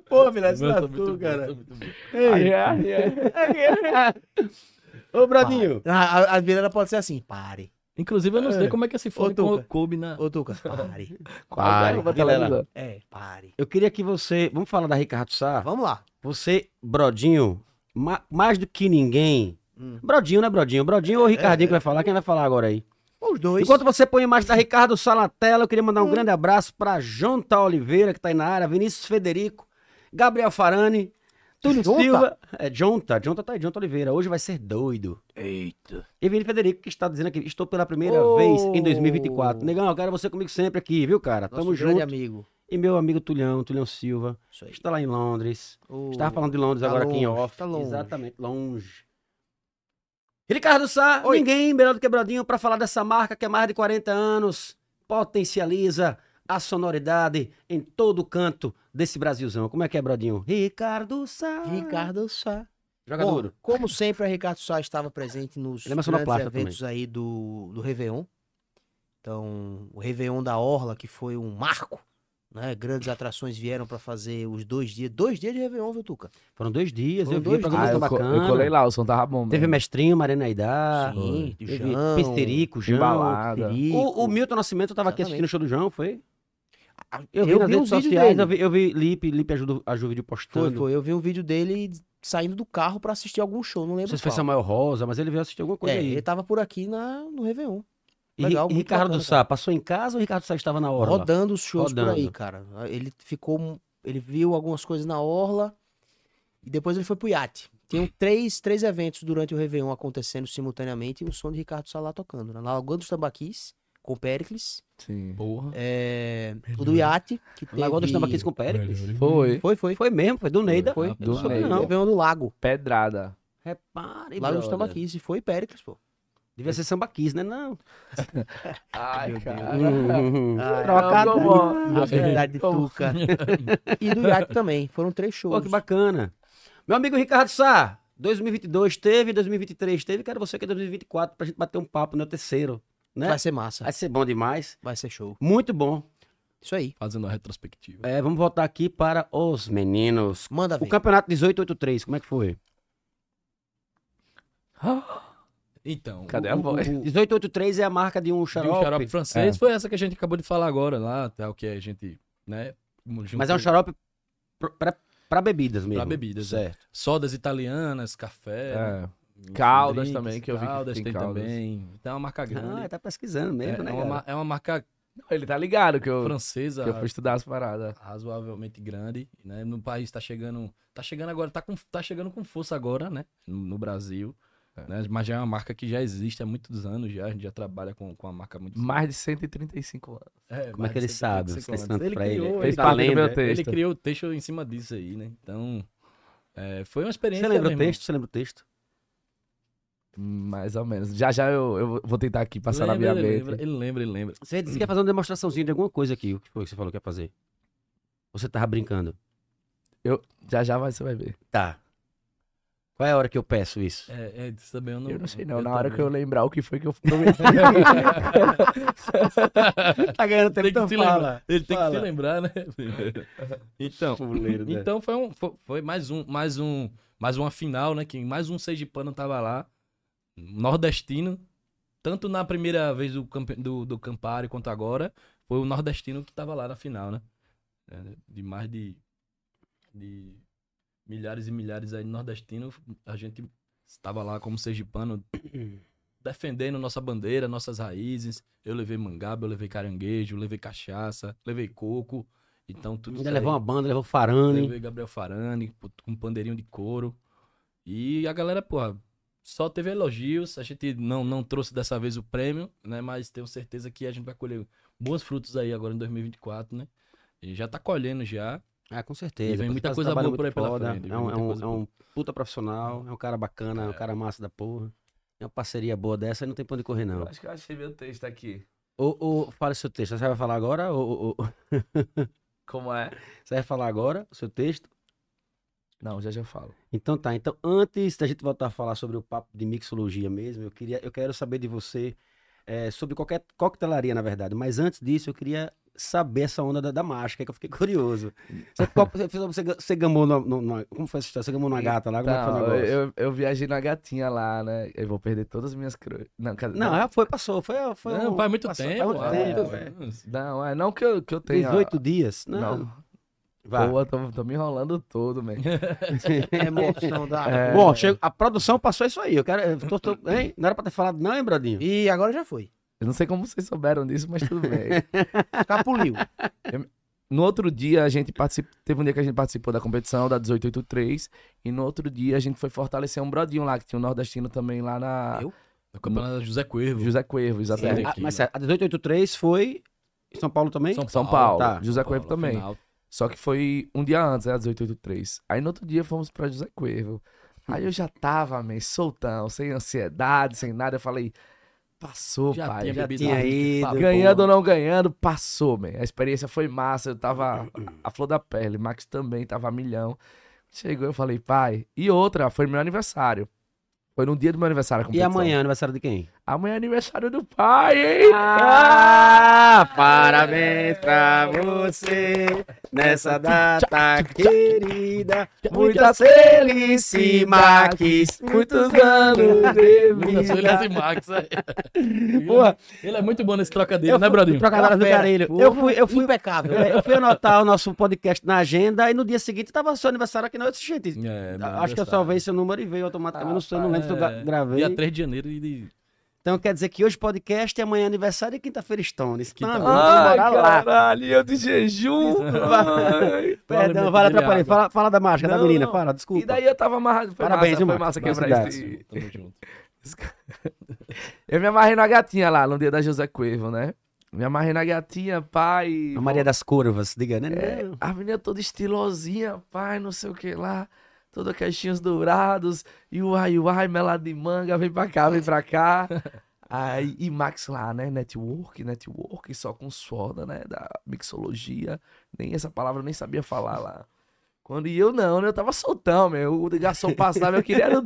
Pô, Vilela, Mas tá muito bom, né? tá muito bom. Ei. Ô, Bradinho. A, a- a Vilela pode ser assim, pare. Inclusive, eu não sei como é que esse fone Ô, Tuca. co- coube na. Ô, Tuca, pare. Pare, Vilela. É, pare. Eu queria que você. Vamos falar da Rica Ratussá? Vamos lá. Você, Brodinho, ma- mais do que ninguém. Hum. Brodinho, né, Brodinho? Brodinho É, ou Ricardinho que vai falar? Quem vai falar agora aí? Os dois. Enquanto você põe a imagem da Ricardo Salatella, eu queria mandar um grande abraço para Jonta Oliveira, que tá aí na área, Vinícius Federico, Gabriel Farani, Túlio Jonta? Silva. É, Jonta, Jonta tá aí, Jonta Oliveira. Hoje vai ser doido. Eita. E Vini Federico, que está dizendo aqui, estou pela primeira Ô! vez em 2024. Negão, eu quero você comigo sempre aqui, viu, cara? Nosso Tamo grande junto. amigo. E meu amigo Tulhão, Tulhão Silva, Isso aí. está lá em Londres. O- Estava falando de Londres tá agora aqui em longe, off. tá longe. Exatamente, longe. Ricardo Sá, Oi. ninguém melhor do que Brodinho para falar dessa marca que há mais de 40 anos potencializa a sonoridade em todo canto desse Brasilzão. Como é que é, Brodinho? Ricardo Sá. Ricardo Sá. Joga Bom, duro. Como sempre, a Ricardo Sá estava presente nos Ele é uma grandes sonoplasta eventos aí do, do Réveillon. Então, o Réveillon da Orla, que foi um marco, né? Grandes atrações vieram para fazer os dois dias. Dois dias de Réveillon, viu, Tuca? Foram dois dias, Foram eu vi, dois programa Ah, tão eu, co- eu bacana. colei lá, o som tava bom. Teve mesmo. Mestrinho, Mariana Aidá. Sim, do Teve Jão, Pesterico, Jão. Embalada. O, o Milton Nascimento estava aqui assistindo o Exatamente. show do Jão, foi? Ah, Eu vi nas redes uns vídeos sociais, dele. eu vi, eu vi Lipe, Lipe ajuda a Juve de postando. Foi, foi. Eu vi um vídeo dele saindo do carro para assistir algum show, não Não lembro sei se foi qual. Samuel Rosa, mas ele veio assistir alguma coisa É, aí. ele tava por aqui na, no Réveillon. E, legal, e muito Ricardo bacana, Sá, passou em casa ou Ricardo Sá estava na hora? rodando os shows por aí, Rodando. cara. Ele ficou. Ele viu algumas coisas na Orla e depois ele foi pro iate. Tinham três, três eventos durante o Réveillon acontecendo simultaneamente e o som de Ricardo Salá tocando. né? Na Lagoa dos Tambaquis, com Péricles. Sim. Porra. É, o do iate, que teve... Lagoa dos Tambaquis com o Péricles? Foi. Foi, foi. Foi mesmo, foi do Neida. Foi, Não soube Neida. O Não. Réveillon do Lago. Pedrada. Repare, Lago dos brother. Tambaquis. E foi Péricles, pô. Devia ser Sambaquis, né? Não. Ah, Ai, é. cara. Trocado. não, não, A verdade de Tuca. E do iate também. Foram três shows. Pô, que bacana. Meu amigo Ricardo Sá, 2022 teve, 2023 teve, quero você é aqui em 2024 pra gente bater um papo no terceiro, né? Vai ser massa. Vai ser bom demais. Vai ser show. Muito bom. Isso aí. Fazendo a retrospectiva. É, vamos voltar aqui para os meninos. Manda O ver. campeonato 1883, como é que foi? Então. Cadê a o- o- voz? o- 1883 é a marca de um de um xarope. xarope francês É. foi essa que a gente acabou de falar agora lá, tal, que a gente, né? junto- Mas é um xarope pro- pra, pra bebidas mesmo. Pra bebidas, é. Certo. Sodas italianas, café. né? É. Enfim, Caldas também, que eu vi que Caldas tem tem caldas. também. Então é uma marca Ah, grande. tá pesquisando é, mesmo, é né? uma, cara? ma- é uma marca Ele tá ligado que eu, francesa que eu fui estudar as paradas. razoavelmente grande, né? No país tá chegando, tá chegando agora, tá, com, tá chegando com força agora, né? No, no Brasil, É. né? Mas já é uma marca que já existe há muitos anos já, a gente já trabalha com, com a marca há muitos Mais de 135 anos. É, Como é mais que ele de sabe? 145 Você tá anos. ensinando pra ele. criou, Ele Fez tá parte do lendo, meu é? texto. Ele criou o texto em cima disso aí, né? Então, é, foi uma experiência. Você lembra o mesmo. texto? Você lembra o texto? Mais ou menos. Já já eu, eu vou tentar aqui passar na Lembra, minha ele mente. lembra, ele lembra, ele lembra. Você disse que ia fazer uma demonstraçãozinha de alguma coisa aqui. O que foi que você falou que ia fazer? Você tava brincando. Já já vai- você vai ver. Tá. Qual é a hora que eu peço isso? É, é, isso também eu não. eu não sei não. Na hora que eu lembrar o que foi que eu Tá ganhando Tem que se lembrar. Ele tem que fala. se lembrar, né? Então, Fuleiro, né? então foi, um, foi, foi mais um, mais um, mais uma final, né? Que mais um sergipano tava lá, nordestino, tanto na primeira vez do, campe- do, do Campari quanto agora, foi o nordestino que tava lá na final, né? É, De mais de, de milhares e milhares aí de nordestino, a gente estava lá como sergipano defendendo nossa bandeira, nossas raízes. Eu levei mangaba, eu levei caranguejo, eu levei cachaça, levei coco. Então tudo Ainda aí. levou uma banda, levou farane. Levei Gabriel Farani pô, com um pandeirinho de couro. E a galera, porra, só teve elogios. A gente não, não trouxe dessa vez o prêmio, né? Mas tenho certeza que a gente vai colher bons frutos aí agora em 2024, né? E já tá colhendo já. Ah, com certeza. E vem Pô, muita faz um coisa trabalho boa por aí muito pela foda. frente, É viu? um, é Muita um- coisa é um puta profissional, é um cara bacana, é um cara massa da porra. É uma parceria boa dessa, aí não tem pra onde correr, não. Acho que eu achei meu texto aqui. Ou, ou fala seu texto. Você vai falar agora? Ou, ou- ou- Como é? você vai falar agora o seu texto? Não, já já falo. Então tá, então antes da gente voltar a falar sobre o papo de mixologia mesmo, eu queria, eu quero saber de você eh, sobre qualquer coquetelaria, na verdade. Mas antes disso, eu queria saber essa onda da, da máscara, que eu fiquei curioso. Você, qual- você, você, você gamou no, no- no- como foi essa história? Você gamou numa gata lá? Como é que foi o Então, negócio? eu, eu viajei na gatinha lá, né? Eu vou perder todas as minhas cruz. Não, cadê? Não, é já foi, passou. Foi, foi Não, um- faz muito passou- tempo. Faz é, muito muito tempo. Não, é não que eu, que eu tenha. 18 dias? Não. Não. Vá. Boa, tô, tô me enrolando todo, man. É emoção da. É. Bom, chega- a produção passou isso aí. Eu quero. eu tô- tô- hein? Não era pra ter falado, não, hein, Bradinho? E agora já foi. Eu não sei como vocês souberam disso, mas tudo bem. Capuliu. No outro dia, a gente participou. Teve um dia que a gente participou da competição da 1883. E no outro dia, a gente foi fortalecer um brodinho lá, que tinha um nordestino também lá na. Eu? O campeonato da José Cuervo. José Cuervo, exatamente. Sim. Ah, mas sério, a 1883 foi. em São Paulo também? São Paulo, tá. José São Cuervo Paulo, também. final. Só que foi um dia antes, né? 1883. Aí no outro dia fomos pra José Cuervo. Aí eu já tava, man, soltão, sem ansiedade, sem nada. Eu falei, passou, Já pai. tinha já bebido tinha muito, ido. papo. Ganhando ou não ganhando, passou, man. A experiência foi massa, eu tava a flor da pele. Max também tava a milhão. Chegou, eu falei, pai. E outra, foi meu aniversário. Foi no dia do meu aniversário. a E competição. amanhã, aniversário de quem? Amanhã é aniversário do pai, hein? Ah, parabéns pra você nessa data querida. Muitas felicidades, Max. Muitos anos de Muitas vida. folhas e Max. é. Ele- Porra. Ele é muito bom nesse trocadilho, né, Bradinho? Trocadilho do Ela fera. Carelho. Eu fui, eu fui Impecável. É, eu fui anotar o nosso podcast na agenda e no dia seguinte tava seu aniversário aqui na outra gente. Acho É, meu que eu aniversário. salvei seu número e veio automaticamente. não sei, não lembro se eu gra- É, gravei. Dia 3 de janeiro de. Então quer dizer que hoje podcast e amanhã aniversário e quinta-feira Stones. Quinta- Não, Ai, bora lá. caralho, eu de jejum. Ai. Perdão, vai lá, atrapalhei. Fala, fala da máscara da Não, menina, não. fala, E desculpa. daí eu tava amarrado. Foi Parabéns, massa, viu, Max? foi massa quebrar Felicidades. esse... Tamo junto. Eu me amarrei na gatinha lá, no dia da José Cuervo, né? Me amarrei na gatinha, pai. A Maria das Curvas, diga, né? É, Não. a menina toda estilosinha, pai, não sei o que lá. Toda caixinhos dourados. E o ai, uai, melado de manga, vem pra cá, vem pra cá. Aí, e Max lá, né? Network, network, só com soda, né? Da mixologia. Nem essa palavra eu nem sabia falar lá. Quando e eu não, né? Eu tava soltão, meu. O garçom passava, eu queria. era o-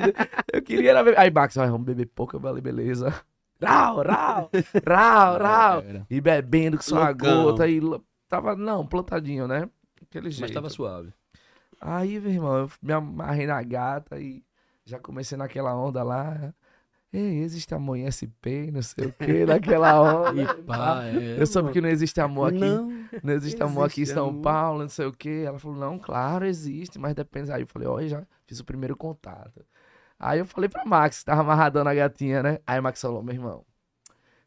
Eu queria era beber. Aí, Max, vai, vamos beber pouco, eu falei, beleza. Rau, rau, rau, rau. E bebendo com sua Loucão. gota. E lo- tava, não, plantadinho, né? Aquele jeito. Mas tava suave. Aí, meu irmão, eu me amarrei na gata e já comecei naquela onda lá. Ei, existe amor em SP, não sei o que, naquela onda. E pá, é. Eu soube que não existe amor aqui. Não, Não. existe amor aqui em existe São amor. Paulo, não sei o que. Ela falou, não, claro, existe, mas depende. Aí eu falei, olha, já fiz o primeiro contato. Aí eu falei pra Max, que tava amarradão na gatinha, né? Aí Max falou, meu irmão,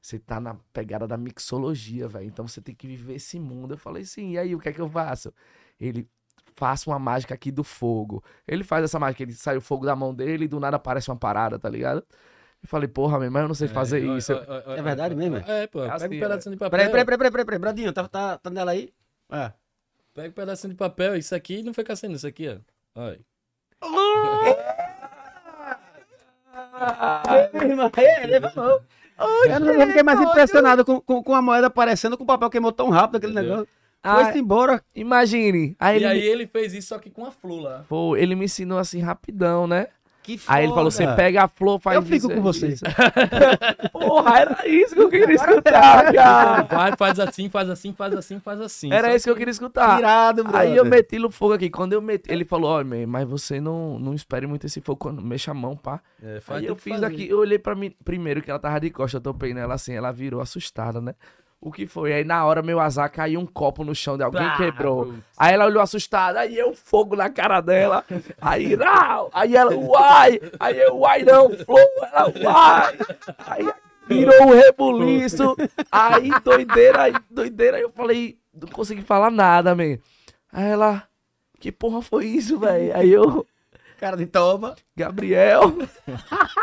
você tá na pegada da mixologia, velho. Então você tem que viver esse mundo. Eu falei, sim, e aí, o que é que eu faço? Ele faça uma mágica aqui do fogo. Ele faz essa mágica, ele sai o fogo da mão dele e do nada aparece uma parada, tá ligado? Eu falei, porra, meu, mas eu não É, sei fazer ó, isso. ó, ó, ó, É verdade ó, mesmo, ó, É, pô. É Pega assim, um pedacinho de papel. Peraí, peraí, peraí, peraí, peraí. Bradinho, tá, tá, tá nela aí? É. Pega um pedacinho de papel. Isso aqui não fica sendo isso aqui, ó. Olha. Ele falou. Eu não eu fiquei mais impressionado com, com, com a moeda aparecendo, com o papel queimou tão rápido aquele Entendeu? negócio. Ah, Foi-se embora. imagine. Aí E ele, aí me... ele fez isso, só que com a flor lá. Pô, ele me ensinou assim rapidão, né? Que Aí ele falou: você foda. pega a flor, faz Eu fico isso, é com você. isso. Porra, era isso que eu queria escutar, cara. Vai, faz assim, faz assim, faz assim, faz assim. Era Só- isso que eu queria escutar. Tirado, brother. Aí eu meti no fogo aqui. Quando eu meti, ele falou: Olha, man, mas você não, não espere muito esse fogo quando mexa a mão, pá. É, faz Aí tem eu que fiz fazer. aqui, eu olhei pra mim primeiro que ela tava de costas, eu topei nela assim, ela virou assustada, né? O que foi? Aí na hora meu azar caiu um copo no chão de alguém Pá, quebrou. Ah, putz. Aí ela olhou assustada, aí eu fogo na cara dela. Aí, não! Aí ela, uai! Aí eu, uai não, flor, ela, uai! Aí virou um rebuliço. Aí doideira, aí doideira, aí eu falei, não consegui falar nada, man. Aí ela, que porra foi isso, velho? Aí eu, Cara então, de toba. Gabriel. Foi,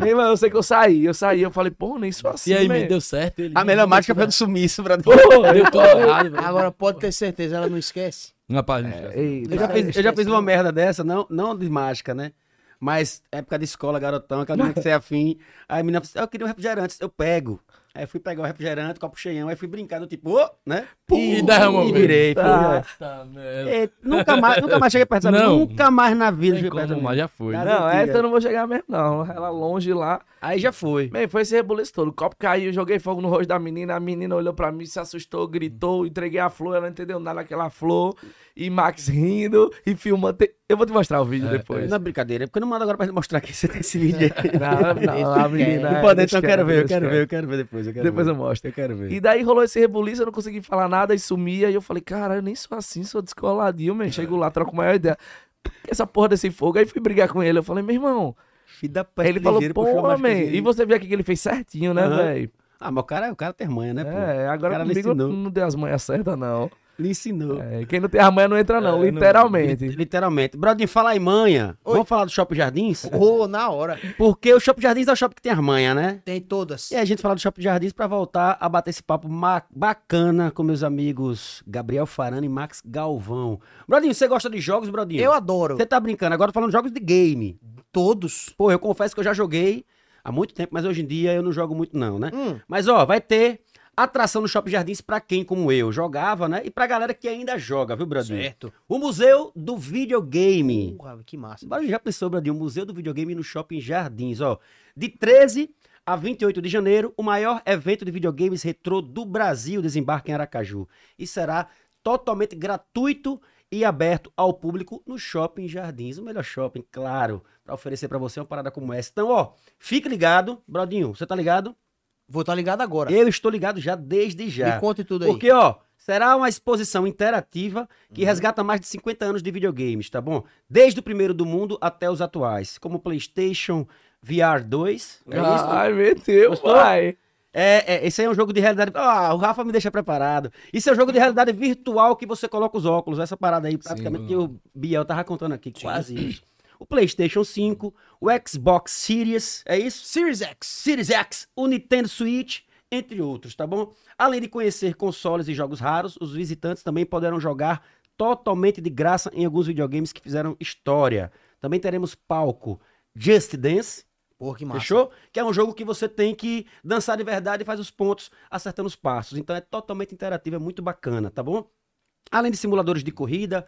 foi. Ei, mano, eu sei que eu saí, eu saí, eu falei, pô, nem sou assim. E aí, me man. deu certo. Ele, A melhor mágica foi a do sumiço, brother. Pô, deu tudo errado. velho. Agora pode ter certeza, ela não esquece. Rapaz, não esquece. Eita. Eu já fiz, eu já fiz uma merda dessa, não, não de mágica, né? assim, Mas época de escola, garotão, aquela menina que você é afim. Aí a menina, eu queria um refrigerante, eu pego. Aí fui pegar o refrigerante, copo cheião, aí fui brincar do tipo, ô, né? E derramou. E virei, fui, Tá. é. Tá, merda. É, nunca mais, nunca mais cheguei perto dessa Não. Nunca mais na vida Tem cheguei perto como, dessa mas já foi. Cara, Não, mentira. essa eu não vou chegar mesmo, não. Ela longe lá. Aí já foi. Bem, foi esse rebuliço todo. O copo caiu, joguei fogo no rosto da menina. A menina olhou pra mim, se assustou, gritou, entreguei a flor. Ela não entendeu nada daquela flor. E Max rindo e filmando. Te- Eu vou te mostrar o vídeo É, depois. Não é brincadeira, é porque eu não mando agora pra gente mostrar aqui você tem esse vídeo aí. Não, não, a menina. Não é, pode, Deus então eu quer, quero ver, eu Deus quero quer. ver, eu quero ver depois. Eu quero Depois ver. eu mostro. Eu quero ver. E daí rolou esse rebuliço, eu não consegui falar nada e sumia. E eu falei, cara, eu nem sou assim, sou descoladinho, man. Chego lá, troco a maior ideia. Por que Essa porra desse fogo. Aí fui brigar com ele. Eu falei, meu irmão. Filho da Aí peste ele falou, ligeiro, puxou pô, mais man. coisinha aí. E você viu aqui que ele fez certinho, né, Aham. velho? Ah, mas o cara, o cara tem manha, né, pô? É, O cara agora lhe comigo ensinou. não deu as manhas certas, não. Lhe ensinou. É, quem não tem as manhas não entra, não, É, literalmente. Literalmente. Brodinho, fala aí, manha. Oi. Vamos falar do Shopping Jardins? Rolou na hora. Porque o Shopping Jardins é o shopping que tem as manhas, né? Tem todas. E a gente fala do Shopping Jardins pra voltar a bater esse papo ma- bacana com meus amigos Gabriel Farano e Max Galvão. Brodinho, você gosta de jogos, Brodinho? Eu adoro. Você tá brincando, agora eu tô falando de jogos de game. Todos. Pô, eu confesso que eu já joguei há muito tempo, mas hoje em dia eu não jogo muito não, né? Hum. Mas ó, vai ter atração no Shopping Jardins pra quem como eu jogava, né? E pra galera que ainda joga, viu, Brodinho? Certo. O Museu do Videogame. Porra, que massa. Bora já pensou, Bradinho, o Museu do Videogame no Shopping Jardins, ó. De 13 a 28 de janeiro, o maior evento de videogames retrô do Brasil desembarca em Aracaju. E será totalmente gratuito e aberto ao público no Shopping Jardins. O melhor shopping, claro, pra oferecer pra você uma parada como essa. Então, ó, fique ligado, Brodinho, você tá ligado? Vou estar ligado agora. Eu estou ligado já desde já. Me conta tudo aí. Uhum. Porque, ó, será uma exposição interativa que resgata mais de 50 anos de videogames, tá bom? Desde o primeiro do mundo até os atuais, como PlayStation VR 2. É isso? Ai, meteu, Gostou? pai. É, é, esse aí é um jogo de realidade. Ah, o Rafa me deixa preparado. Isso é um jogo de realidade virtual que você coloca os óculos. Essa parada aí, praticamente, Sim, que o Biel tava contando aqui, quase isso. O PlayStation 5, o Xbox Series, é isso? Series X. Series X, o Nintendo Switch, entre outros, tá bom? Além de conhecer consoles e jogos raros, os visitantes também poderão jogar totalmente de graça em alguns videogames que fizeram história. Também teremos palco Just Dance, Porra, que massa. fechou? Que é um jogo que você tem que dançar de verdade e faz os pontos acertando os passos. Então é totalmente interativo, é muito bacana, tá bom? Além de simuladores de corrida,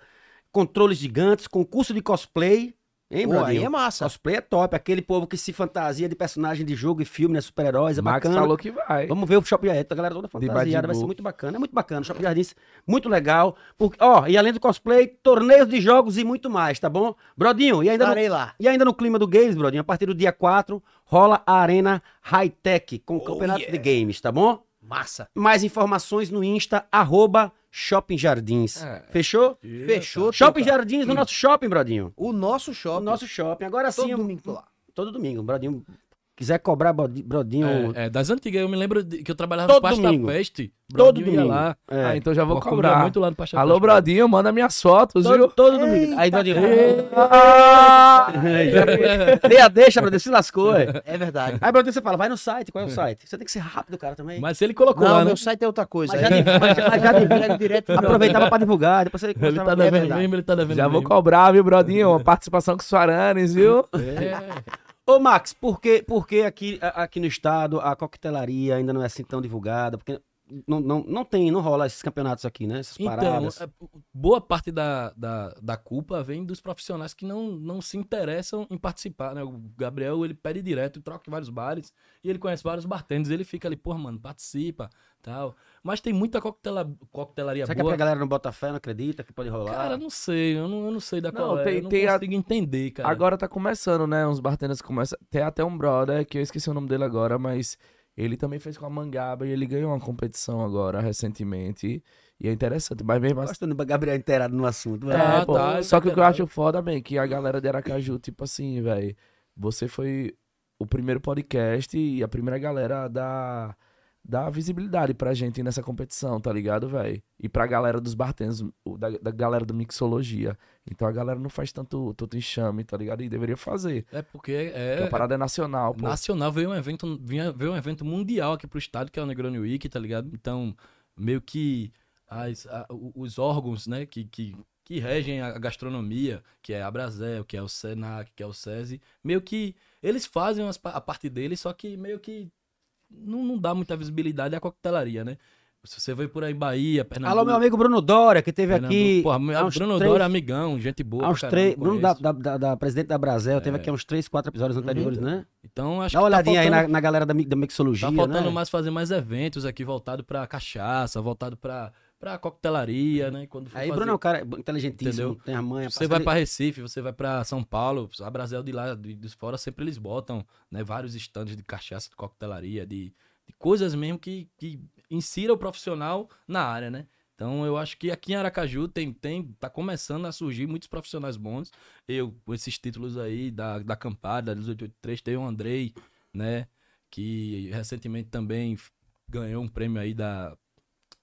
controles gigantes, concurso de cosplay, hein, Pô, aí Bradinho? é massa. Cosplay é top, aquele povo que se fantasia de personagem de jogo e filme, né? Super-heróis, é Max bacana. falou que vai. Vamos ver o Shopping Jardins, a galera toda Debate de fantasiada, vai gol. ser muito bacana, é muito bacana. O Shopping Jardins, muito legal. Porque, ó, e além do cosplay, torneios de jogos e muito mais, tá bom? Brodinho, e ainda no, Estarei lá. e ainda no clima do Games, Brodinho, a partir do dia 4, rola a Arena High Tech com campeonato de games, tá bom? Massa. Mais informações no Insta, arroba Shopping Jardins. É. Fechou? Fechou. Shopping Tuca. Jardins no nosso shopping, Brodinho. O nosso shopping. O nosso shopping. Agora sim, Todo eu- domingo tô lá. todo domingo. um Brodinho, quiser cobrar Brodi- Brodinho É, é, das antigas, eu me lembro de- que eu trabalhava Todo no Pasta domingo. Peste. todo Brodinho ia domingo. lá. É. Ah, então já vou Vou cobrar. cobrar muito lá no Pasta Alô, Festa. Brodinho, manda minhas fotos, todo, viu? todo é. domingo. Aí, Brodinho. Ah! Dei a deixa, Brodinho, se lascou. é. É verdade. Aí, Brodinho, você fala, vai no site. Qual é o site? Você tem que ser rápido, cara, também. Mas se ele colocou Não, lá, né? meu site é outra coisa. Mas já de- mas já- mas já de- Pega direto no- Aproveitava pra divulgar, depois você Ele tá mostrava- devendo verdade. mesmo, ele tá devendo Já vou mesmo. cobrar, viu, Brodinho? Uma participação com os Suaranes, viu? É. Ô, Max, por que, por que aqui, a- aqui no estado a coquetelaria ainda não é assim tão divulgada? Porque não, não, não tem, não rola esses campeonatos aqui, né? Essas Então, paradas. é, boa parte da, da, da culpa vem dos profissionais que não, não se interessam em participar, né? O Gabriel, ele pede direto, troca em vários bares, e ele conhece vários bartenders, ele fica ali, porra, mano, participa, tal. Mas tem muita coquetela, coquetelaria Será que é boa. pra galera não bota fé, não acredita que pode rolar? Cara, não sei, eu não, eu não sei da Não, qual é, tem- eu não tem a- consigo entender, cara. Agora tá começando, né? Uns bartenders começam. Tem até um brother que eu esqueci o nome dele agora, mas ele também fez com a Mangaba e ele ganhou uma competição agora recentemente. E é interessante, mas mesmo assim. Gostando do Gabriel inteirado no assunto. né? É, vai. Ah, pô, tá, só que o que eu verdade. acho foda, man, que a galera de Aracaju, tipo assim, velho, você foi o primeiro podcast e a primeira galera a dar, dar visibilidade pra gente nessa competição, tá ligado, velho? E pra galera dos bartenders, o da, da galera do mixologia. Então a galera não faz tanto, tanto enxame, tá ligado? E deveria fazer. É porque é, Porque a parada é nacional, pô. Nacional veio um evento, vinha, veio um evento mundial aqui pro estado, que é o Negroni Week, tá ligado? Então, meio que as- a- o- os órgãos, né, que, que, que regem a gastronomia, que é a Brasel, que é o Senac, que é o SESI, meio que eles fazem umas pa- a parte deles, só que meio que não, não dá muita visibilidade à coquetelaria, né? Se você vai por aí, Bahia, Pernambuco... Alô, meu amigo Bruno Dória, que teve Pernambuco. aqui. Porra, meu- há uns Bruno três- Dória, amigão, gente boa. Há uns pra três. caramba, Bruno, da, conheço. da, da, da presidente da Brasel, teve aqui há uns três, quatro episódios anteriores, né? Então, acho Dá uma que tá olhadinha aí faltando- na, na galera da, mi- da mixologia. Tá faltando né? mais fazer mais eventos aqui voltado pra cachaça, voltado pra, pra coquetelaria, né? Quando for Aí, fazer- Bruno é um cara inteligentíssimo, Entendeu? tem a mãe, a Você vai pra Recife, você vai pra São Paulo, a Brasil é de lá, de, de fora, sempre eles botam, né? Vários estandes de cachaça, de coquetelaria, de, de coisas mesmo que, que insira o profissional na área, né? Então, eu acho que aqui em Aracaju tem, tem, tá começando a surgir muitos profissionais bons. Eu, com esses títulos aí da, da Campada, dos 883, tem o Andrei, né? Que recentemente também f- ganhou um prêmio aí da,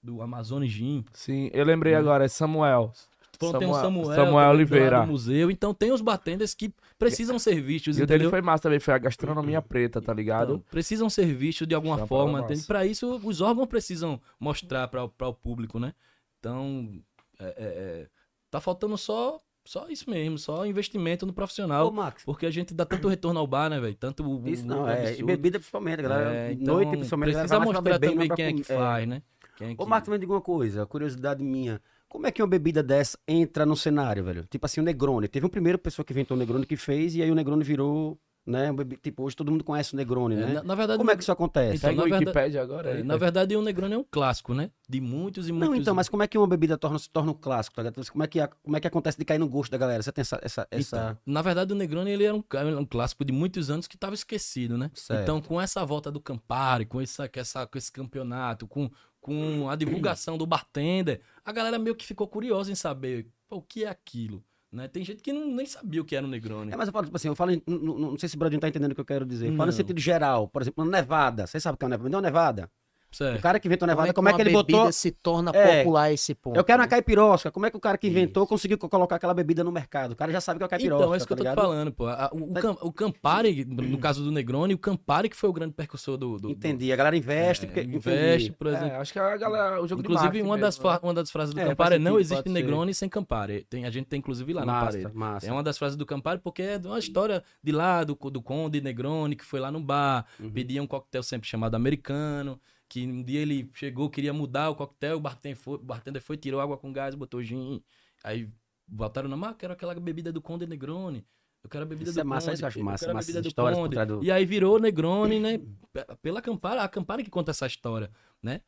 do Amazonas Gin. Sim, eu lembrei Hum. agora, é Samuel. Então, tem o Samuel, também Samuel do Oliveira. lado do museu. Então tem os bartenders que precisam ser vistos, E o dele entendeu? foi massa também, foi a gastronomia preta, tá ligado? Então, precisam ser vistos de alguma Isso é uma forma, parada entende? massa. Para isso, os órgãos precisam mostrar para o público, né? Então, é, é, é, tá faltando só, só isso mesmo, só investimento no Ô, profissional. Max. Porque a gente dá tanto retorno ao bar, né, velho? Tanto o- o- Isso não, o é. E absurdo. bebida principalmente, galera. É, Noite principalmente. a galera vai mais Precisa pra mostrar beber, também não quem é que pra comer. faz, né? Quem é Ô, que- Marcos, me diga uma coisa, curiosidade minha. Como é que uma bebida dessa entra no cenário, velho? Tipo assim, o Negroni. Teve um primeiro pessoa que inventou o Negroni que fez e aí o Negroni virou, né? um bebe- Tipo, hoje todo mundo conhece o Negroni, É, né? na, na verdade, Como é que isso acontece? Então, Segue na o verdade- Wikipedia agora. É, aí, tá Na verdade, o Negroni é um clássico, né? De muitos e muitos. Não, então, mas como é que uma bebida torna, se torna um clássico, tá ligado? Como é, que, a- como é que acontece de cair no gosto da galera? Você tem essa. essa, essa... Então, na verdade, o Negroni ele era um, ca- um clássico de muitos anos que estava esquecido, né? Certo. Então, com essa volta do Campari, com, essa, com, essa- com esse campeonato, com, com a divulgação do bartender, a galera meio que ficou curiosa em saber pô, o que é aquilo. Né? Tem gente que não, nem sabia o que era o Negroni. É, mas eu falo, tipo assim, eu falo, em- não, não- não sei se o Bradinho tá entendendo o que eu quero dizer. Eu falo né? Não. no sentido geral, por exemplo, uma nevada. Você sabe o que é uma nevada? Me deu uma nevada. O Certo. cara que inventou a nevada, como é que, ele uma bebida botou. se torna É. popular a esse ponto? Eu quero né? uma caipirosca. Como é que o cara que inventou conseguiu co- colocar aquela bebida no mercado? O cara já sabe que é uma caipirosca. Então, é isso que tá eu tô te ligado? falando, pô. A- O, o, Cam- o Campari, no caso do Negroni, o Campari que foi o grande percussor do. do- do- Entendi. A galera investe. porque... entendi. É, Investe, por exemplo. É, acho que a galera, o jogo de inclusive, marketing uma das, mesmo, né? fra- uma das frases do É, faz Campari é não sentido, existe pode Negroni sem Campari. Tem, a gente tem, inclusive, lá na Massa, parede. massa. É uma das frases do Campari, porque é de uma história de lá, do, do Conde Negroni, que foi lá no bar, Uhum. pedia um coquetel sempre chamado americano, que um dia ele chegou, queria mudar o coquetel, o bartender foi, o bartender foi tirou água com gás, botou gin. Aí botaram na marca, quero aquela bebida do Conde Negroni. Eu quero a bebida Isso do é massa, Conde, isso que eu acho massa, quero a massa, bebida essas do histórias por Conde. trás do- E aí virou Negroni, né? P- Pela Campari, a Campari que conta essa história, né?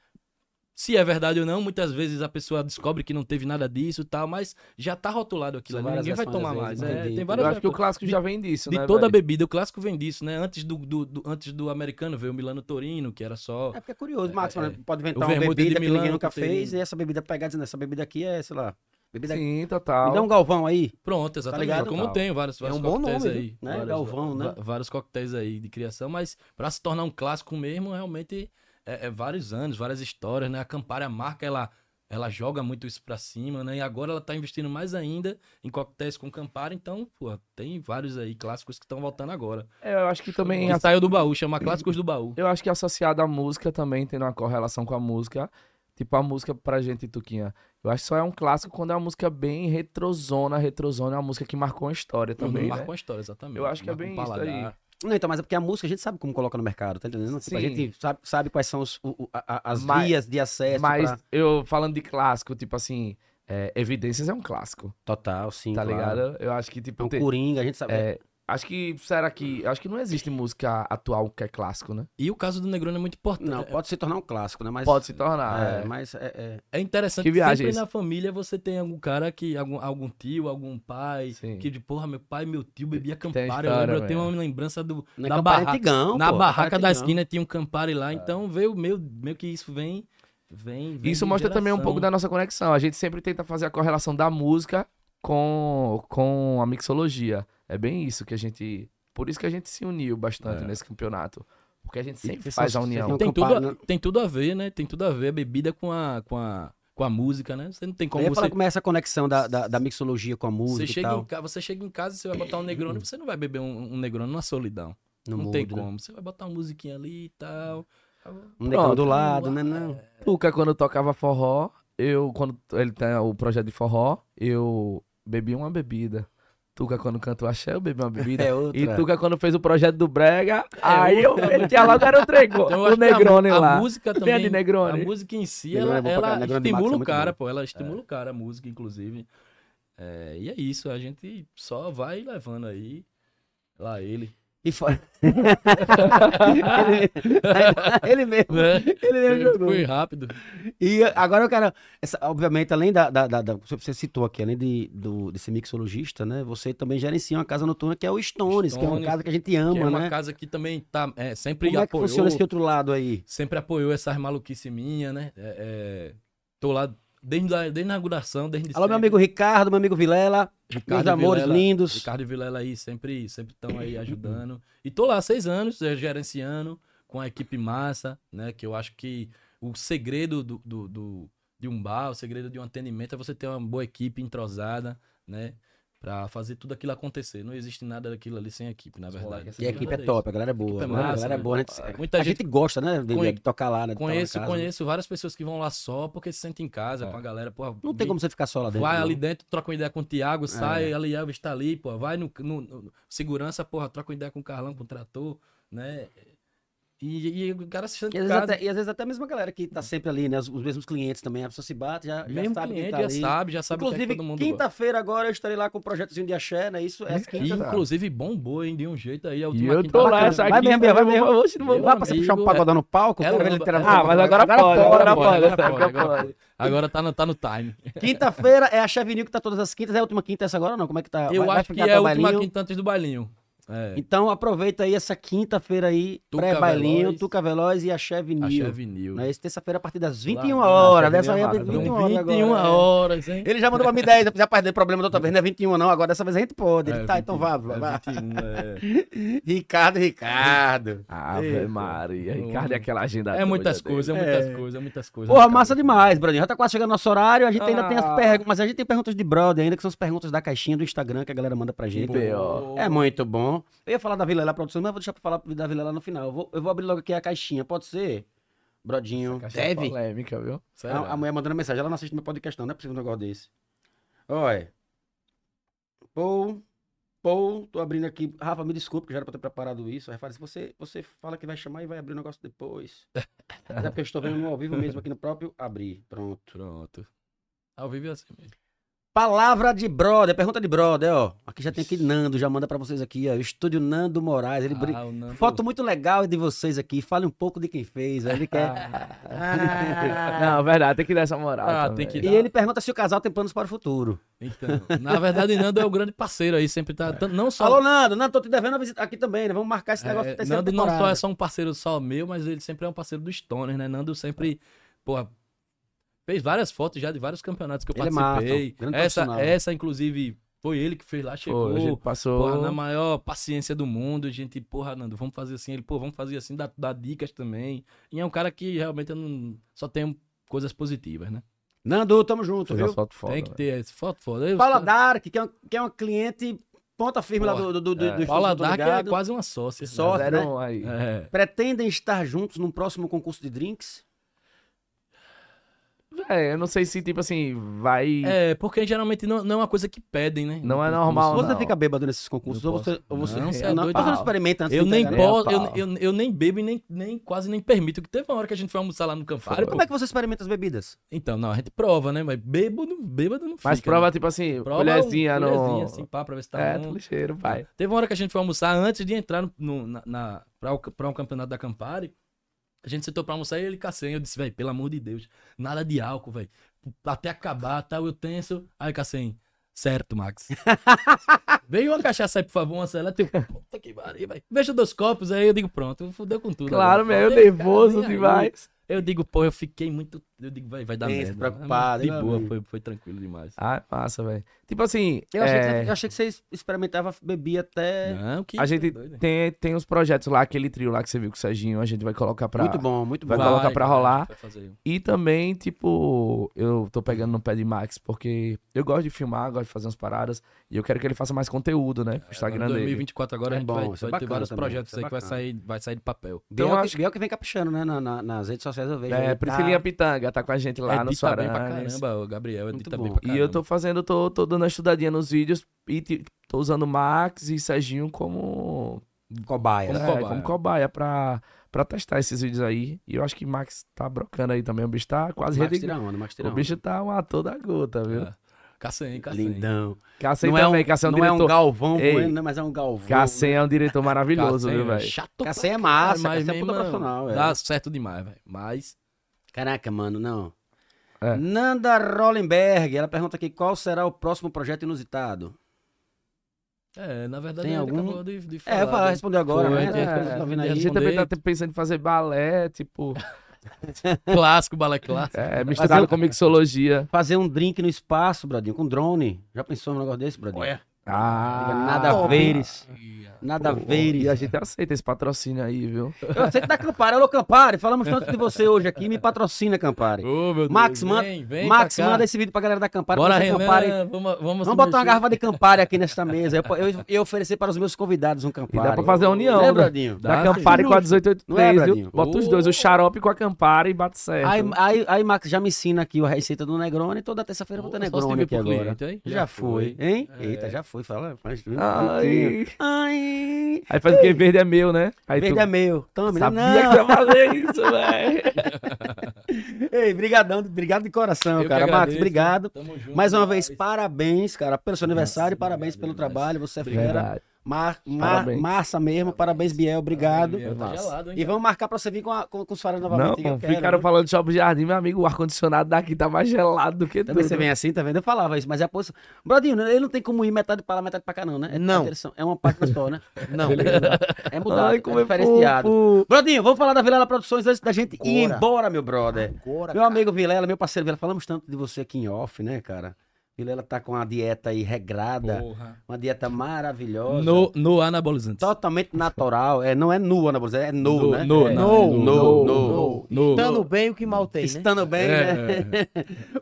Se é verdade ou não, muitas vezes a pessoa descobre que não teve nada disso e tal, mas já tá rotulado São aquilo ali. várias Ninguém vai versões, tomar às mais. vezes, É, entendi. tem várias Eu acho que o várias clássico é já vem disso, de né? toda a velho? bebida, o clássico vem disso, né? Antes do, do, do- antes do americano veio o Milano Torino, que era só. É porque é curioso, Max, É, né? pode inventar O uma vermute de bebida que ninguém Milão, nunca que tem- né? fez e essa bebida pegar dizendo, essa bebida aqui é, sei lá, bebida... Sim, Me total. dá um galvão aí, Pronto, exatamente. ligado? como Total. tem vários, vários um bom coquetéis nome, aí. né? vários, Galvão, né? va- Vários coquetéis aí de criação, mas pra se tornar um clássico mesmo, realmente é, é vários anos, várias histórias, né? A Campari, a marca, ela, ela joga muito isso pra cima, né? E agora ela tá investindo mais ainda em coquetéis com Campari, então, pô, tem vários aí clássicos que estão voltando agora. É, eu acho que também. Que saiu do baú, chama Clássicos do Baú. um Eu acho que associado à música também, tendo uma correlação com a música. Tipo, a música pra gente, Tuquinha. Eu acho que só é um clássico quando é uma música bem retrozona. Retrozona é uma música que marcou a Uhum. história também. né? Marcou a história, exatamente. Eu acho que é Marca um bem isso paladar. aí. Não, então, mas é porque a música a gente sabe como coloca no mercado, tá entendendo? Tipo, a Sim. gente sabe, sabe quais são os- o- o- a- a- as Mas- vias de acesso Mas pra- eu falando de clássico, tipo assim, é, Evidências é um clássico, Total, sim, tá claro. É um ligado? Eu acho que, tipo, O tem- Coringa, a gente sabe... é, acho que, será que, acho que não existe música atual que é clássico, né? E o caso do Negroni é muito importante. Não, pode se tornar um clássico, né? Mas, Pode se tornar, É, é. mas é- é- É interessante Que que viagem sempre isso? na família você tem algum cara que, algum, algum tio, algum pai, Sim. que de porra, meu pai, meu tio bebia a Campari. Eu história, lembro, eu tenho velho. uma lembrança do, Não é da Campari barraca. antigão, na pô, barraca Campari é da antigão. esquina tinha um Campari lá, então veio, meu, meio que isso vem. vem, vem Isso de mostra também um geração. pouco da nossa conexão. A gente sempre tenta fazer a correlação da música com, com a mixologia. É bem isso que a gente. Por isso que a gente se uniu bastante É. nesse campeonato. Porque a gente sempre vocês faz a são- vocês união. são- Tem tudo, Campari, a, né? tem tudo a ver, né? Tem tudo a ver a bebida com a, com a, com a música, né? Você não tem Como como você. como é essa conexão da, da, da mixologia com a música Você e chega, tal. em, ca- você chega em casa, você vai botar um Negroni, você não vai beber um, um Negroni na solidão. no não tem mundo, né? como. Você vai botar uma musiquinha ali e tal. Então, é, Um negão do Pronto. lado, né? Não. Então, Tuca, quando tocava forró, eu. Quando ele tem o projeto de forró, eu bebi uma bebida. Tuca quando cantou Axé, eu bebi uma bebida. É outra. E Tuca quando fez o projeto do Brega, aí eu metia logo era o, trego, É Então, eu o acho que a mu- Negroni a, lá. música Vinha também. de Negroni. A música em si, Negroni ela, é bom pra ela caralho, Negroni de Max estimula é o muito cara, bom. pô. Ela estimula o cara, a música, inclusive. É, e é isso, a gente só vai levando aí. Lá ele. E fora. ele, ele mesmo. É, Né? Ele mesmo jogou. Foi rápido. E agora eu quero. essa- obviamente, além da, da, da- da- Você citou aqui, além de, do, de ser mixologista, né? Você também gerencia uma casa noturna que é o Stones, que é uma Stones, casa que a gente que ama, é uma né? casa que também tá, é, sempre Como é que apoiou. funciona esse outro lado aí? sempre apoiou essas maluquices minhas, né? É, é, tô lá desde, a- desde a inauguração, desde Alô, sempre. meu amigo Ricardo, meu amigo Vilela, meus Ricardo amores Vilela, lindos. Ricardo e Vilela aí sempre sempre estão aí ajudando. E tô lá há seis anos eh, gerenciando com a equipe massa, né? Que eu acho que o segredo do, do- do- de um bar, o segredo de um atendimento é você ter uma boa equipe entrosada, né? Pra fazer tudo aquilo acontecer. Não existe nada daquilo ali sem equipe, na verdade. E a equipe é top, a galera é boa. é né? a massa, galera é né? boa, né? A gente- Muita a gente, gosta, né? De, Conhe- de tocar lá, né? de tocar na Conheço, casa. conheço várias pessoas que vão lá só porque se sentem em casa É. com a galera. Porra, Não tem vi- como você ficar só lá Tá dentro. né? Vai não. ali dentro, troca uma ideia com o Thiago, sai, ali é, Elvis está tá ali, pô, vai no, no- no- segurança, porra, troca uma ideia com o Carlão, com o Trator, né? E, e o cara se sente E em às, vezes casa, até, e às vezes até mesmo a galera que tá sempre ali, né? Os, os mesmos clientes também. A pessoa se bate, já, já mesmo sabe cliente, quem tá já ali. sabe, já sabe o que, é Inclusive, que todo mundo gosta. quinta-feira agora eu estarei lá com um projetozinho de axé, né? Isso é as E, quintas. inclusive, bombou, hein, de um jeito aí, a E última eu quinta tô lá, bacana. essa tá Vai mesmo, quinta, vai eu mesmo. vou- Hoje não vou. Meu Dá pra você amigo, puxar um pagodão né? no palco? é Quero ver lamba. ele tirar- Ah, mas agora pode, agora pode, agora agora pode, agora pode. Agora tá no, tá no time. Quinta-feira é a Chevinil que tá todas as quintas. É a última quinta essa agora ou não? Como é que tá? Eu Vai- vai acho que ficar é até a o última bailinho? quinta antes do bailinho. É, Então aproveita aí essa quinta-feira aí, Tuca pré-bailinho, Veloz. Tuca Veloz e a a Chevinil. Chevinil. Né? Esse terça-feira a partir das Lá, 21 lá, horas. Chevinil Dessa é vez é massa, Então, 21 21 horas agora. é. horas, hein? Ele já mandou pra mim 10, já perdeu problema da outra vez, não é 21 não, agora dessa vez a gente pode. Ele, É, tá, então vá, 21, vá. é 21, é. Ricardo, Ricardo. Ave Maria, Ricardo é aquela agenda É muitas doida dele. coisas, é muitas coisas, é muitas coisas. Porra, Cara, massa demais, Bradinho. Já tá quase chegando nosso horário, a gente ainda tem as Ah. perguntas, mas a gente tem perguntas de brother ainda, que são as perguntas da caixinha do Instagram que a galera manda pra gente. Que B.O.. É muito bom. Eu ia falar da Vila lá produção, mas eu vou deixar pra falar da Vila lá no final. Eu vou, eu vou abrir logo aqui a caixinha, pode ser? Brodinho. Caixa de Deve. polêmica, viu? Será? A, a mulher mandando mensagem, ela não assiste meu podcast não, não é possível um negócio desse. Olha. Pou, Pou, tô abrindo aqui. Rafa, me desculpe que já era pra ter preparado isso. Aí fala assim, você, você fala que vai chamar e vai abrir o negócio depois. Mas é porque eu estou vendo no ao vivo mesmo aqui no próprio abrir. Pronto. Pronto. Ao vivo é assim mesmo. Palavra de brother, pergunta de brother, ó. Aqui já tem aqui Nando, já manda pra vocês aqui, ó. Estúdio Nando Moraes, ele brinca. Ah, o Nando- Foto muito legal de vocês aqui. Fale um pouco de quem fez, ó, ele quer. É. Ah. Não, verdade, tem que dar essa moral. Ah, também. tem que E dar. ele pergunta se o casal tem planos para o futuro. Então, na verdade, Nando é o grande parceiro aí, sempre É. tá. tanto- Não só. Alô, Nando, Nando, tô te devendo uma visita aqui também, né? Vamos marcar esse negócio é, de terceira Nando não temporada. só é só um parceiro só meu, mas ele sempre é um parceiro do Stoner, né? Nando sempre, porra, fez várias fotos já de vários campeonatos que eu Ele é massa, participei. grande essa, profissional. essa, inclusive, foi ele que fez lá, Pô, chegou. a gente passou. Porra, na maior paciência do mundo, a gente, porra, Nando, vamos fazer assim. Ele, pô, vamos fazer assim, dá, dá dicas também. E é um cara que realmente eu não, só tem coisas positivas, né? Nando, tamo junto, Fez viu? umas fotos foda, né? tem que velho. ter esse foto, foda. Paula Dark, que é, um, que é uma cliente ponta firme lá do, do, do, do, do Estúdio, Paula tô Dark é ligado. quase uma sócia. né? Sócia. Fizeram né? um aí. É. Pretendem estar juntos num próximo concurso de drinks? Véi, eu não sei se, tipo assim, vai. É, porque geralmente não, não é uma coisa que pedem, né? Não é No normal, concurso. você não. fica bêbado nesses concursos? Não ou você, posso. ou você, Não, você é não, então você doido, não não. experimenta antes Eu de nem entregar, né? posso, Nem a pau. eu, eu, eu nem bebo e nem, nem quase nem permito. Que teve uma hora que a gente foi almoçar lá no Campari. Foi. pô. Como é que você experimenta as bebidas? Então, não, a gente prova, né? Mas bêbado, bêbado não fica. Mas prova, né? tipo assim, prova colherzinha um- no. colherzinha, assim, pá, pra ver se tá é, bom. tá lixeiro, pai. Teve uma hora que a gente foi almoçar antes de entrar no, no- na, na- pra, o- pra um campeonato da Campari. A gente sentou pra almoçar e ele Cassanha. Eu disse, velho, pelo amor de Deus, nada de álcool, velho. Até acabar, tal, eu tenso. Aí Cassanha, certo, Max. Veio uma cachaça aí, por favor, uma seleta. Eu, puta que pariu, velho. Veja dois copos aí, eu digo, pronto, fudeu com tudo. Claro, agora. meu, eu Falei, cara, nervoso nem aí. demais. Eu digo, pô, eu fiquei muito. Eu digo, vai, vai dar Tenso, merda. preocupado, De meu boa, amigo. foi, foi tranquilo demais. Ah, massa, velho. Tipo assim, Eu achei, é, que, você- eu achei que você experimentava beber até. Não, que a isso, gente tá doido. tem, tem uns projetos lá, aquele trio lá que você viu com o Serginho, a gente vai colocar pra. Muito bom, muito bom. Vai colocar pra cara, rolar. vai fazer. um- E também, tipo, eu tô pegando no pé de Max, porque eu gosto de filmar, gosto de fazer umas paradas, e eu quero que ele faça mais conteúdo, né? Pro Instagram Agora, dele. 2024 agora É a gente bom, vai, isso é vai ter bacana vários também, projetos isso é aí que vai bacana. sair, vai sair de papel. Biel, Então, que, acho- Biel que vem caprichando, né? É na- na- nas redes sociais eu vejo. É, ele Priscilinha tá- Pitanga, já tá com a gente lá edita no né? bem É pra Suarana. caramba, o Gabriel Muito edita bem bom. pra E caramba. eu tô fazendo, tô, tô dando uma estudadinha nos vídeos e ti- tô usando Max e Serginho como, Cobaia. Como é, cobaia. como cobaia pra, pra testar esses vídeos aí. E eu acho que Max tá brocando aí também. O bicho tá quase Max rede. tira onda, Max tira O onda. bicho tá um ator da gota, viu? É. Cassem, Cassem. Lindão. Cassem não é um, também, Cassem é um não é um diretor. Galvão Ei, Bueno, né, mas é um Galvão. Cassem é um diretor maravilhoso, viu, velho? Chato pra Cassem é massa, caralho, Cassem é meu puta irmão, profissional, velho. Dá certo demais, velho. Mas Caraca, mano, não. É. Nanda Rollenberg, ela pergunta aqui qual será o próximo projeto inusitado. É, na verdade, Tem ele algum- acabou de, de falar. É, eu falar, né? respondeu agora, Foi, né? tem- É, tá vindo A aí. gente também tá pensando em fazer balé, tipo, né? Clássico, balé clássico. é, misturado Fazer- com mixologia. Fazer um drink no espaço, Bradinho, com drone. Já pensou num negócio desse, Bradinho? Olha. Ah, nada a pô, veres. Ih, Nada a pô, veres. E a gente aceita esse patrocínio aí, viu? Eu aceito da Campari. Alô, Campari, falamos tanto de você hoje aqui. Me patrocina, Campari. Ô, meu Deus. Max, manda- vem, vem Max, pra cá. manda esse vídeo pra galera da Campari. Bora, pra você, Campari. Renan. Vamos, vamos, Vamos botar uma garrafa de Campari aqui nesta mesa. Eu, eu, eu oferecer para os meus convidados um E Campari. dá pra fazer a união, né, né? Bradinho? Dá, Da Campari sim. com a 1883, Não é, Bradinho? viu? Bota os dois, o xarope com a Campari e bate certo. Aí, aí, aí, Max, já me ensina aqui a receita do Negroni. Toda terça-feira eu vou ter Só se Negroni tiver aqui pro agora. cliente, aí? Já, foi, hein? É. Eita, já foi. Fala, faz tudo. Ai. Ai. Aí faz o que verde é meu, né? Aí Verde tu é meu. Tome, né? sabia Não. que ia fazer isso, velho. Ei, brigadão, obrigado de coração, Eu que cara. Max, agradeço. obrigado. Tamo junto, Mais uma Max. vez, parabéns, cara, pelo seu aniversário, parabéns pelo obrigado, trabalho. Você é fera. Verdade. Mar, mar- Parabéns. Massa mesmo, parabéns, Biel, obrigado. Biel, tá Massa. gelado, hein, e vamos marcar pra você vir com, a, com, com os faróis Não, novamente. que eu pô, quero, ficaram viu? falando de Shopping Jardim, meu amigo, o ar-condicionado daqui tá mais gelado do que Também tudo. você vem assim, tá vendo? Eu falava isso, mas é a posição. Brodinho, ele não tem como ir metade pra lá, metade pra cá, não, né? É- Não. eles são- É uma parte só, né? Não. É mudado, Ai, como é é diferenciado. fofo. Brodinho, vamos falar da Vilela Produções antes da gente ir Bora. embora, meu brother. Agora, Meu amigo Vilela, meu parceiro Vilela, falamos tanto de você aqui em off, né, cara? Vilela tá com uma dieta aí regrada, Porra. uma dieta maravilhosa. No, no anabolizante. Totalmente natural. É, não é nua, na é Tá no, No, né? no, é. no, no, não, é no, no. No- Estando bem o que mal tem, né? Estando bem, É, né?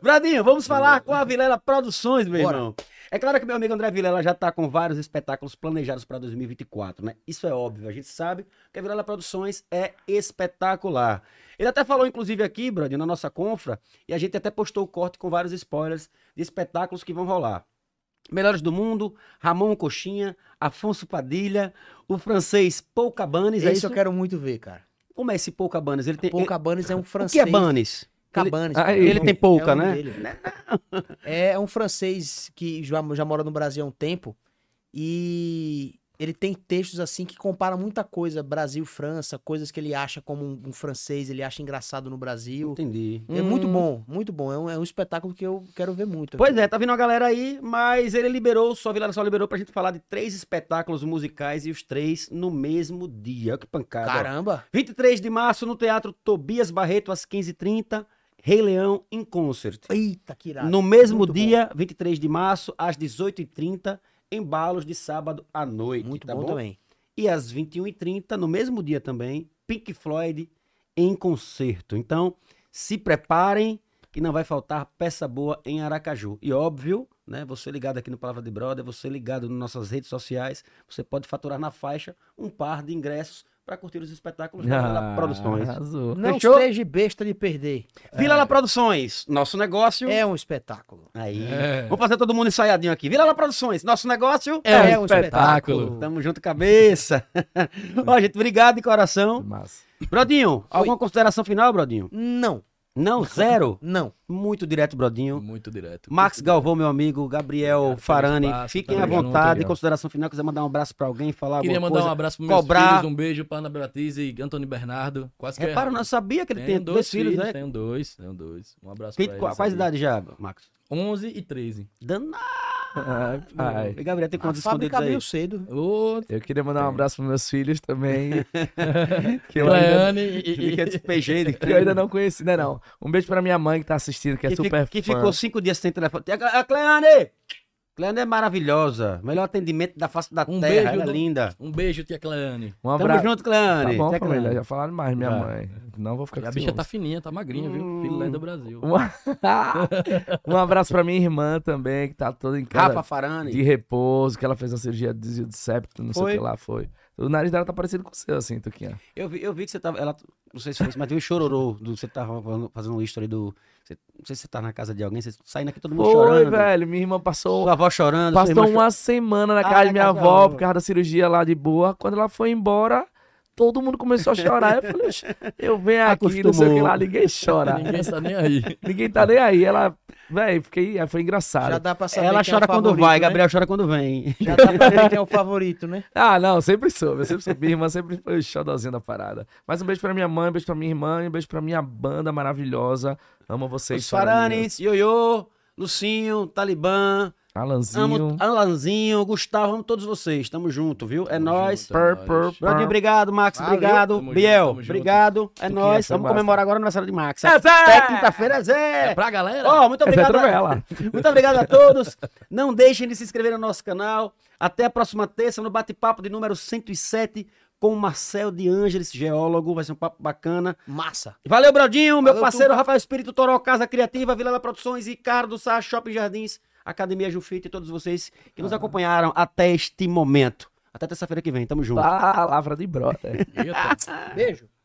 Bradinho, vamos falar com a Vilela Produções, meu Bora. irmão. É claro que meu amigo André Vilela já está com vários espetáculos planejados para 2024, né? Isso é óbvio, a gente sabe que a Vilela Produções é espetacular. Ele até falou, inclusive, aqui, Bradinho, na nossa confra, e a gente até postou o corte com vários spoilers de espetáculos que vão rolar. Melhores do Mundo, Ramon Coxinha, Afonso Padilha, o francês Paul Cabanes, é Esse isso? eu quero muito ver, cara. Como é esse Paul Cabanes? Ele tem... Paul Cabanes é um O francês. que é Banes? Cabanes. Ah, cara. ele É o nome- tem pouca, é o nome né? dele. É um francês que já, já mora no Brasil há um tempo e ele tem textos assim que compara muita coisa, Brasil-França, coisas que ele acha como um, um francês, ele acha engraçado no Brasil. Entendi. É muito bom, muito bom. É um, é um espetáculo que eu quero ver muito. Hum. Pois é, tá vindo uma galera aí, mas ele liberou, só Vilela só liberou pra gente falar de três espetáculos musicais e os três no mesmo dia. Olha Que pancada. ó. Caramba! 23 de março no Teatro Tobias Barreto às 15h30, Rei Leão em concert. Eita, que irado. No mesmo é, muito bom. dia, 23 de março às 18h30, embalos de sábado à noite, Muito tá bom, também. e às 21h30, no mesmo dia também, Pink Floyd em concerto. Então, se preparem que não vai faltar peça boa em Aracaju. E óbvio, né, você ligado aqui no Palavra de Brother, você ligado nas nossas redes sociais, você pode faturar na faixa um par de ingressos para curtir os espetáculos da Vilela Ah, Produções. Arrasou. Não Fechou? seja besta de perder. Vilela Produções, nosso negócio. É um espetáculo. Aí. É. Vamos fazer todo mundo ensaiadinho aqui. Vilela Produções, nosso negócio. É, um espetáculo. Tamo junto, cabeça. Ó, gente, obrigado de coração. Massa. Brodinho, alguma consideração final, Brodinho? Não, Não, zero. não. Muito direto, Brodinho. É. Muito direto. Max Muito Galvão, meu amigo, Gabriel Obrigado pelo Farani, espaço, fiquem à tamo junto, vontade. Gabriel. consideração final, quiser mandar um abraço pra alguém, falar Queria alguma mandar um coisa. abraço pros meus cobrar. filhos, um beijo pra Ana Beatriz e Antônio Bernardo. Quase que eu Repara, eu errei. não sabia que ele tem Tenho dois, filhos, né? Tenho dois, tenho dois. Um abraço Filho- pra qual- eles quais aí. idade já, Max? 11 e 13. Danado. Ai, pai. E Gabriel, tem A quantos fábrica escondidos aí? abriu cedo. Ô, Eu queria mandar um abraço pros meus filhos também. que eu ainda Cleane e... Fica despejei de que eu ainda não conheci, né, não. Um beijo pra minha mãe que tá assistindo, que é que, super fi- que fã. ficou cinco dias sem telefone. Tem A, a Cleane! Cleane é maravilhosa. Melhor atendimento da face da Um terra. beijo ela é do- linda. Um beijo, tia Cleane. Um Tamo abraço. junto, Cleane. Tá bom, Até família, Cleane. já falaram mais minha Já. mãe. Não vou ficar A com bicha tá ciúmes. fininha, tá magrinha, Hum. viu? Filé do Brasil. Um... um abraço pra minha irmã também, que tá toda em casa Rafa Farani. de repouso, que ela fez uma cirurgia de desvio de septo, não sei Foi? o que lá foi. O nariz dela tá parecido com o seu, assim, Tuquinha. Eu vi, eu vi que você tava. Ela, não sei se foi isso, mas viu o chororô. Do, você tava falando- fazendo um history do. você- não sei se você tá na casa de alguém, você saindo aqui todo mundo Foi, chorando. velho. Minha irmã passou Sua avó chorando. sua irmã Passou chorando. uma semana na Ah, casa de minha na casa avó, dela. por causa da cirurgia lá de boa. Quando ela foi embora, todo mundo começou a chorar. Eu falei, "Oxe, eu venho aqui, não sei o que Acostumou. lá, ninguém chora. Ninguém tá nem aí. ninguém tá nem aí. Ela, velho, fiquei, é, foi Já engraçado. dá pra saber Ela quem é o chora quando favorito, vai, né? Gabriel chora quando vem. Já dá pra ver quem é o favorito, né? Ah, não, sempre soube, eu sempre soube. Minha irmã sempre foi o xodózinho da parada. Mas um beijo pra minha mãe, um beijo pra minha irmã e um beijo pra minha banda maravilhosa. Amo vocês, Os Faraninhas. Faranes, Ioiô, Lucinho, Talibã, Alanzinho. amo Alanzinho, Gustavo, amo todos vocês. Tamo junto, viu? É nóis. Junto, é Purple, nóis. Brodinho, obrigado, Max, Valeu. obrigado. Tamo Biel, junto, tamo junto. obrigado. É nóis. foi Vamos massa. comemorar agora o aniversário de Max. É Zé! Até Quinta-feira, Zé! É pra galera? Ó, muito Essa é obrigado. a- trovela. Muito obrigado a todos. Não deixem de se inscrever no nosso canal. Até a próxima terça no bate-papo de número 107 com o Marcel de Ângeles, geólogo. Vai ser um papo bacana. Massa. Valeu, Braudinho, meu Valeu, parceiro Tuca. Rafael Espírito, Toró Casa Criativa, Vilela Produções, Ricardo Sá, Shopping Jardins, Academia Jufita e todos vocês que nos acompanharam até este momento. Até terça-feira que vem. Tamo junto. Palavra de brother. Eita. Beijo.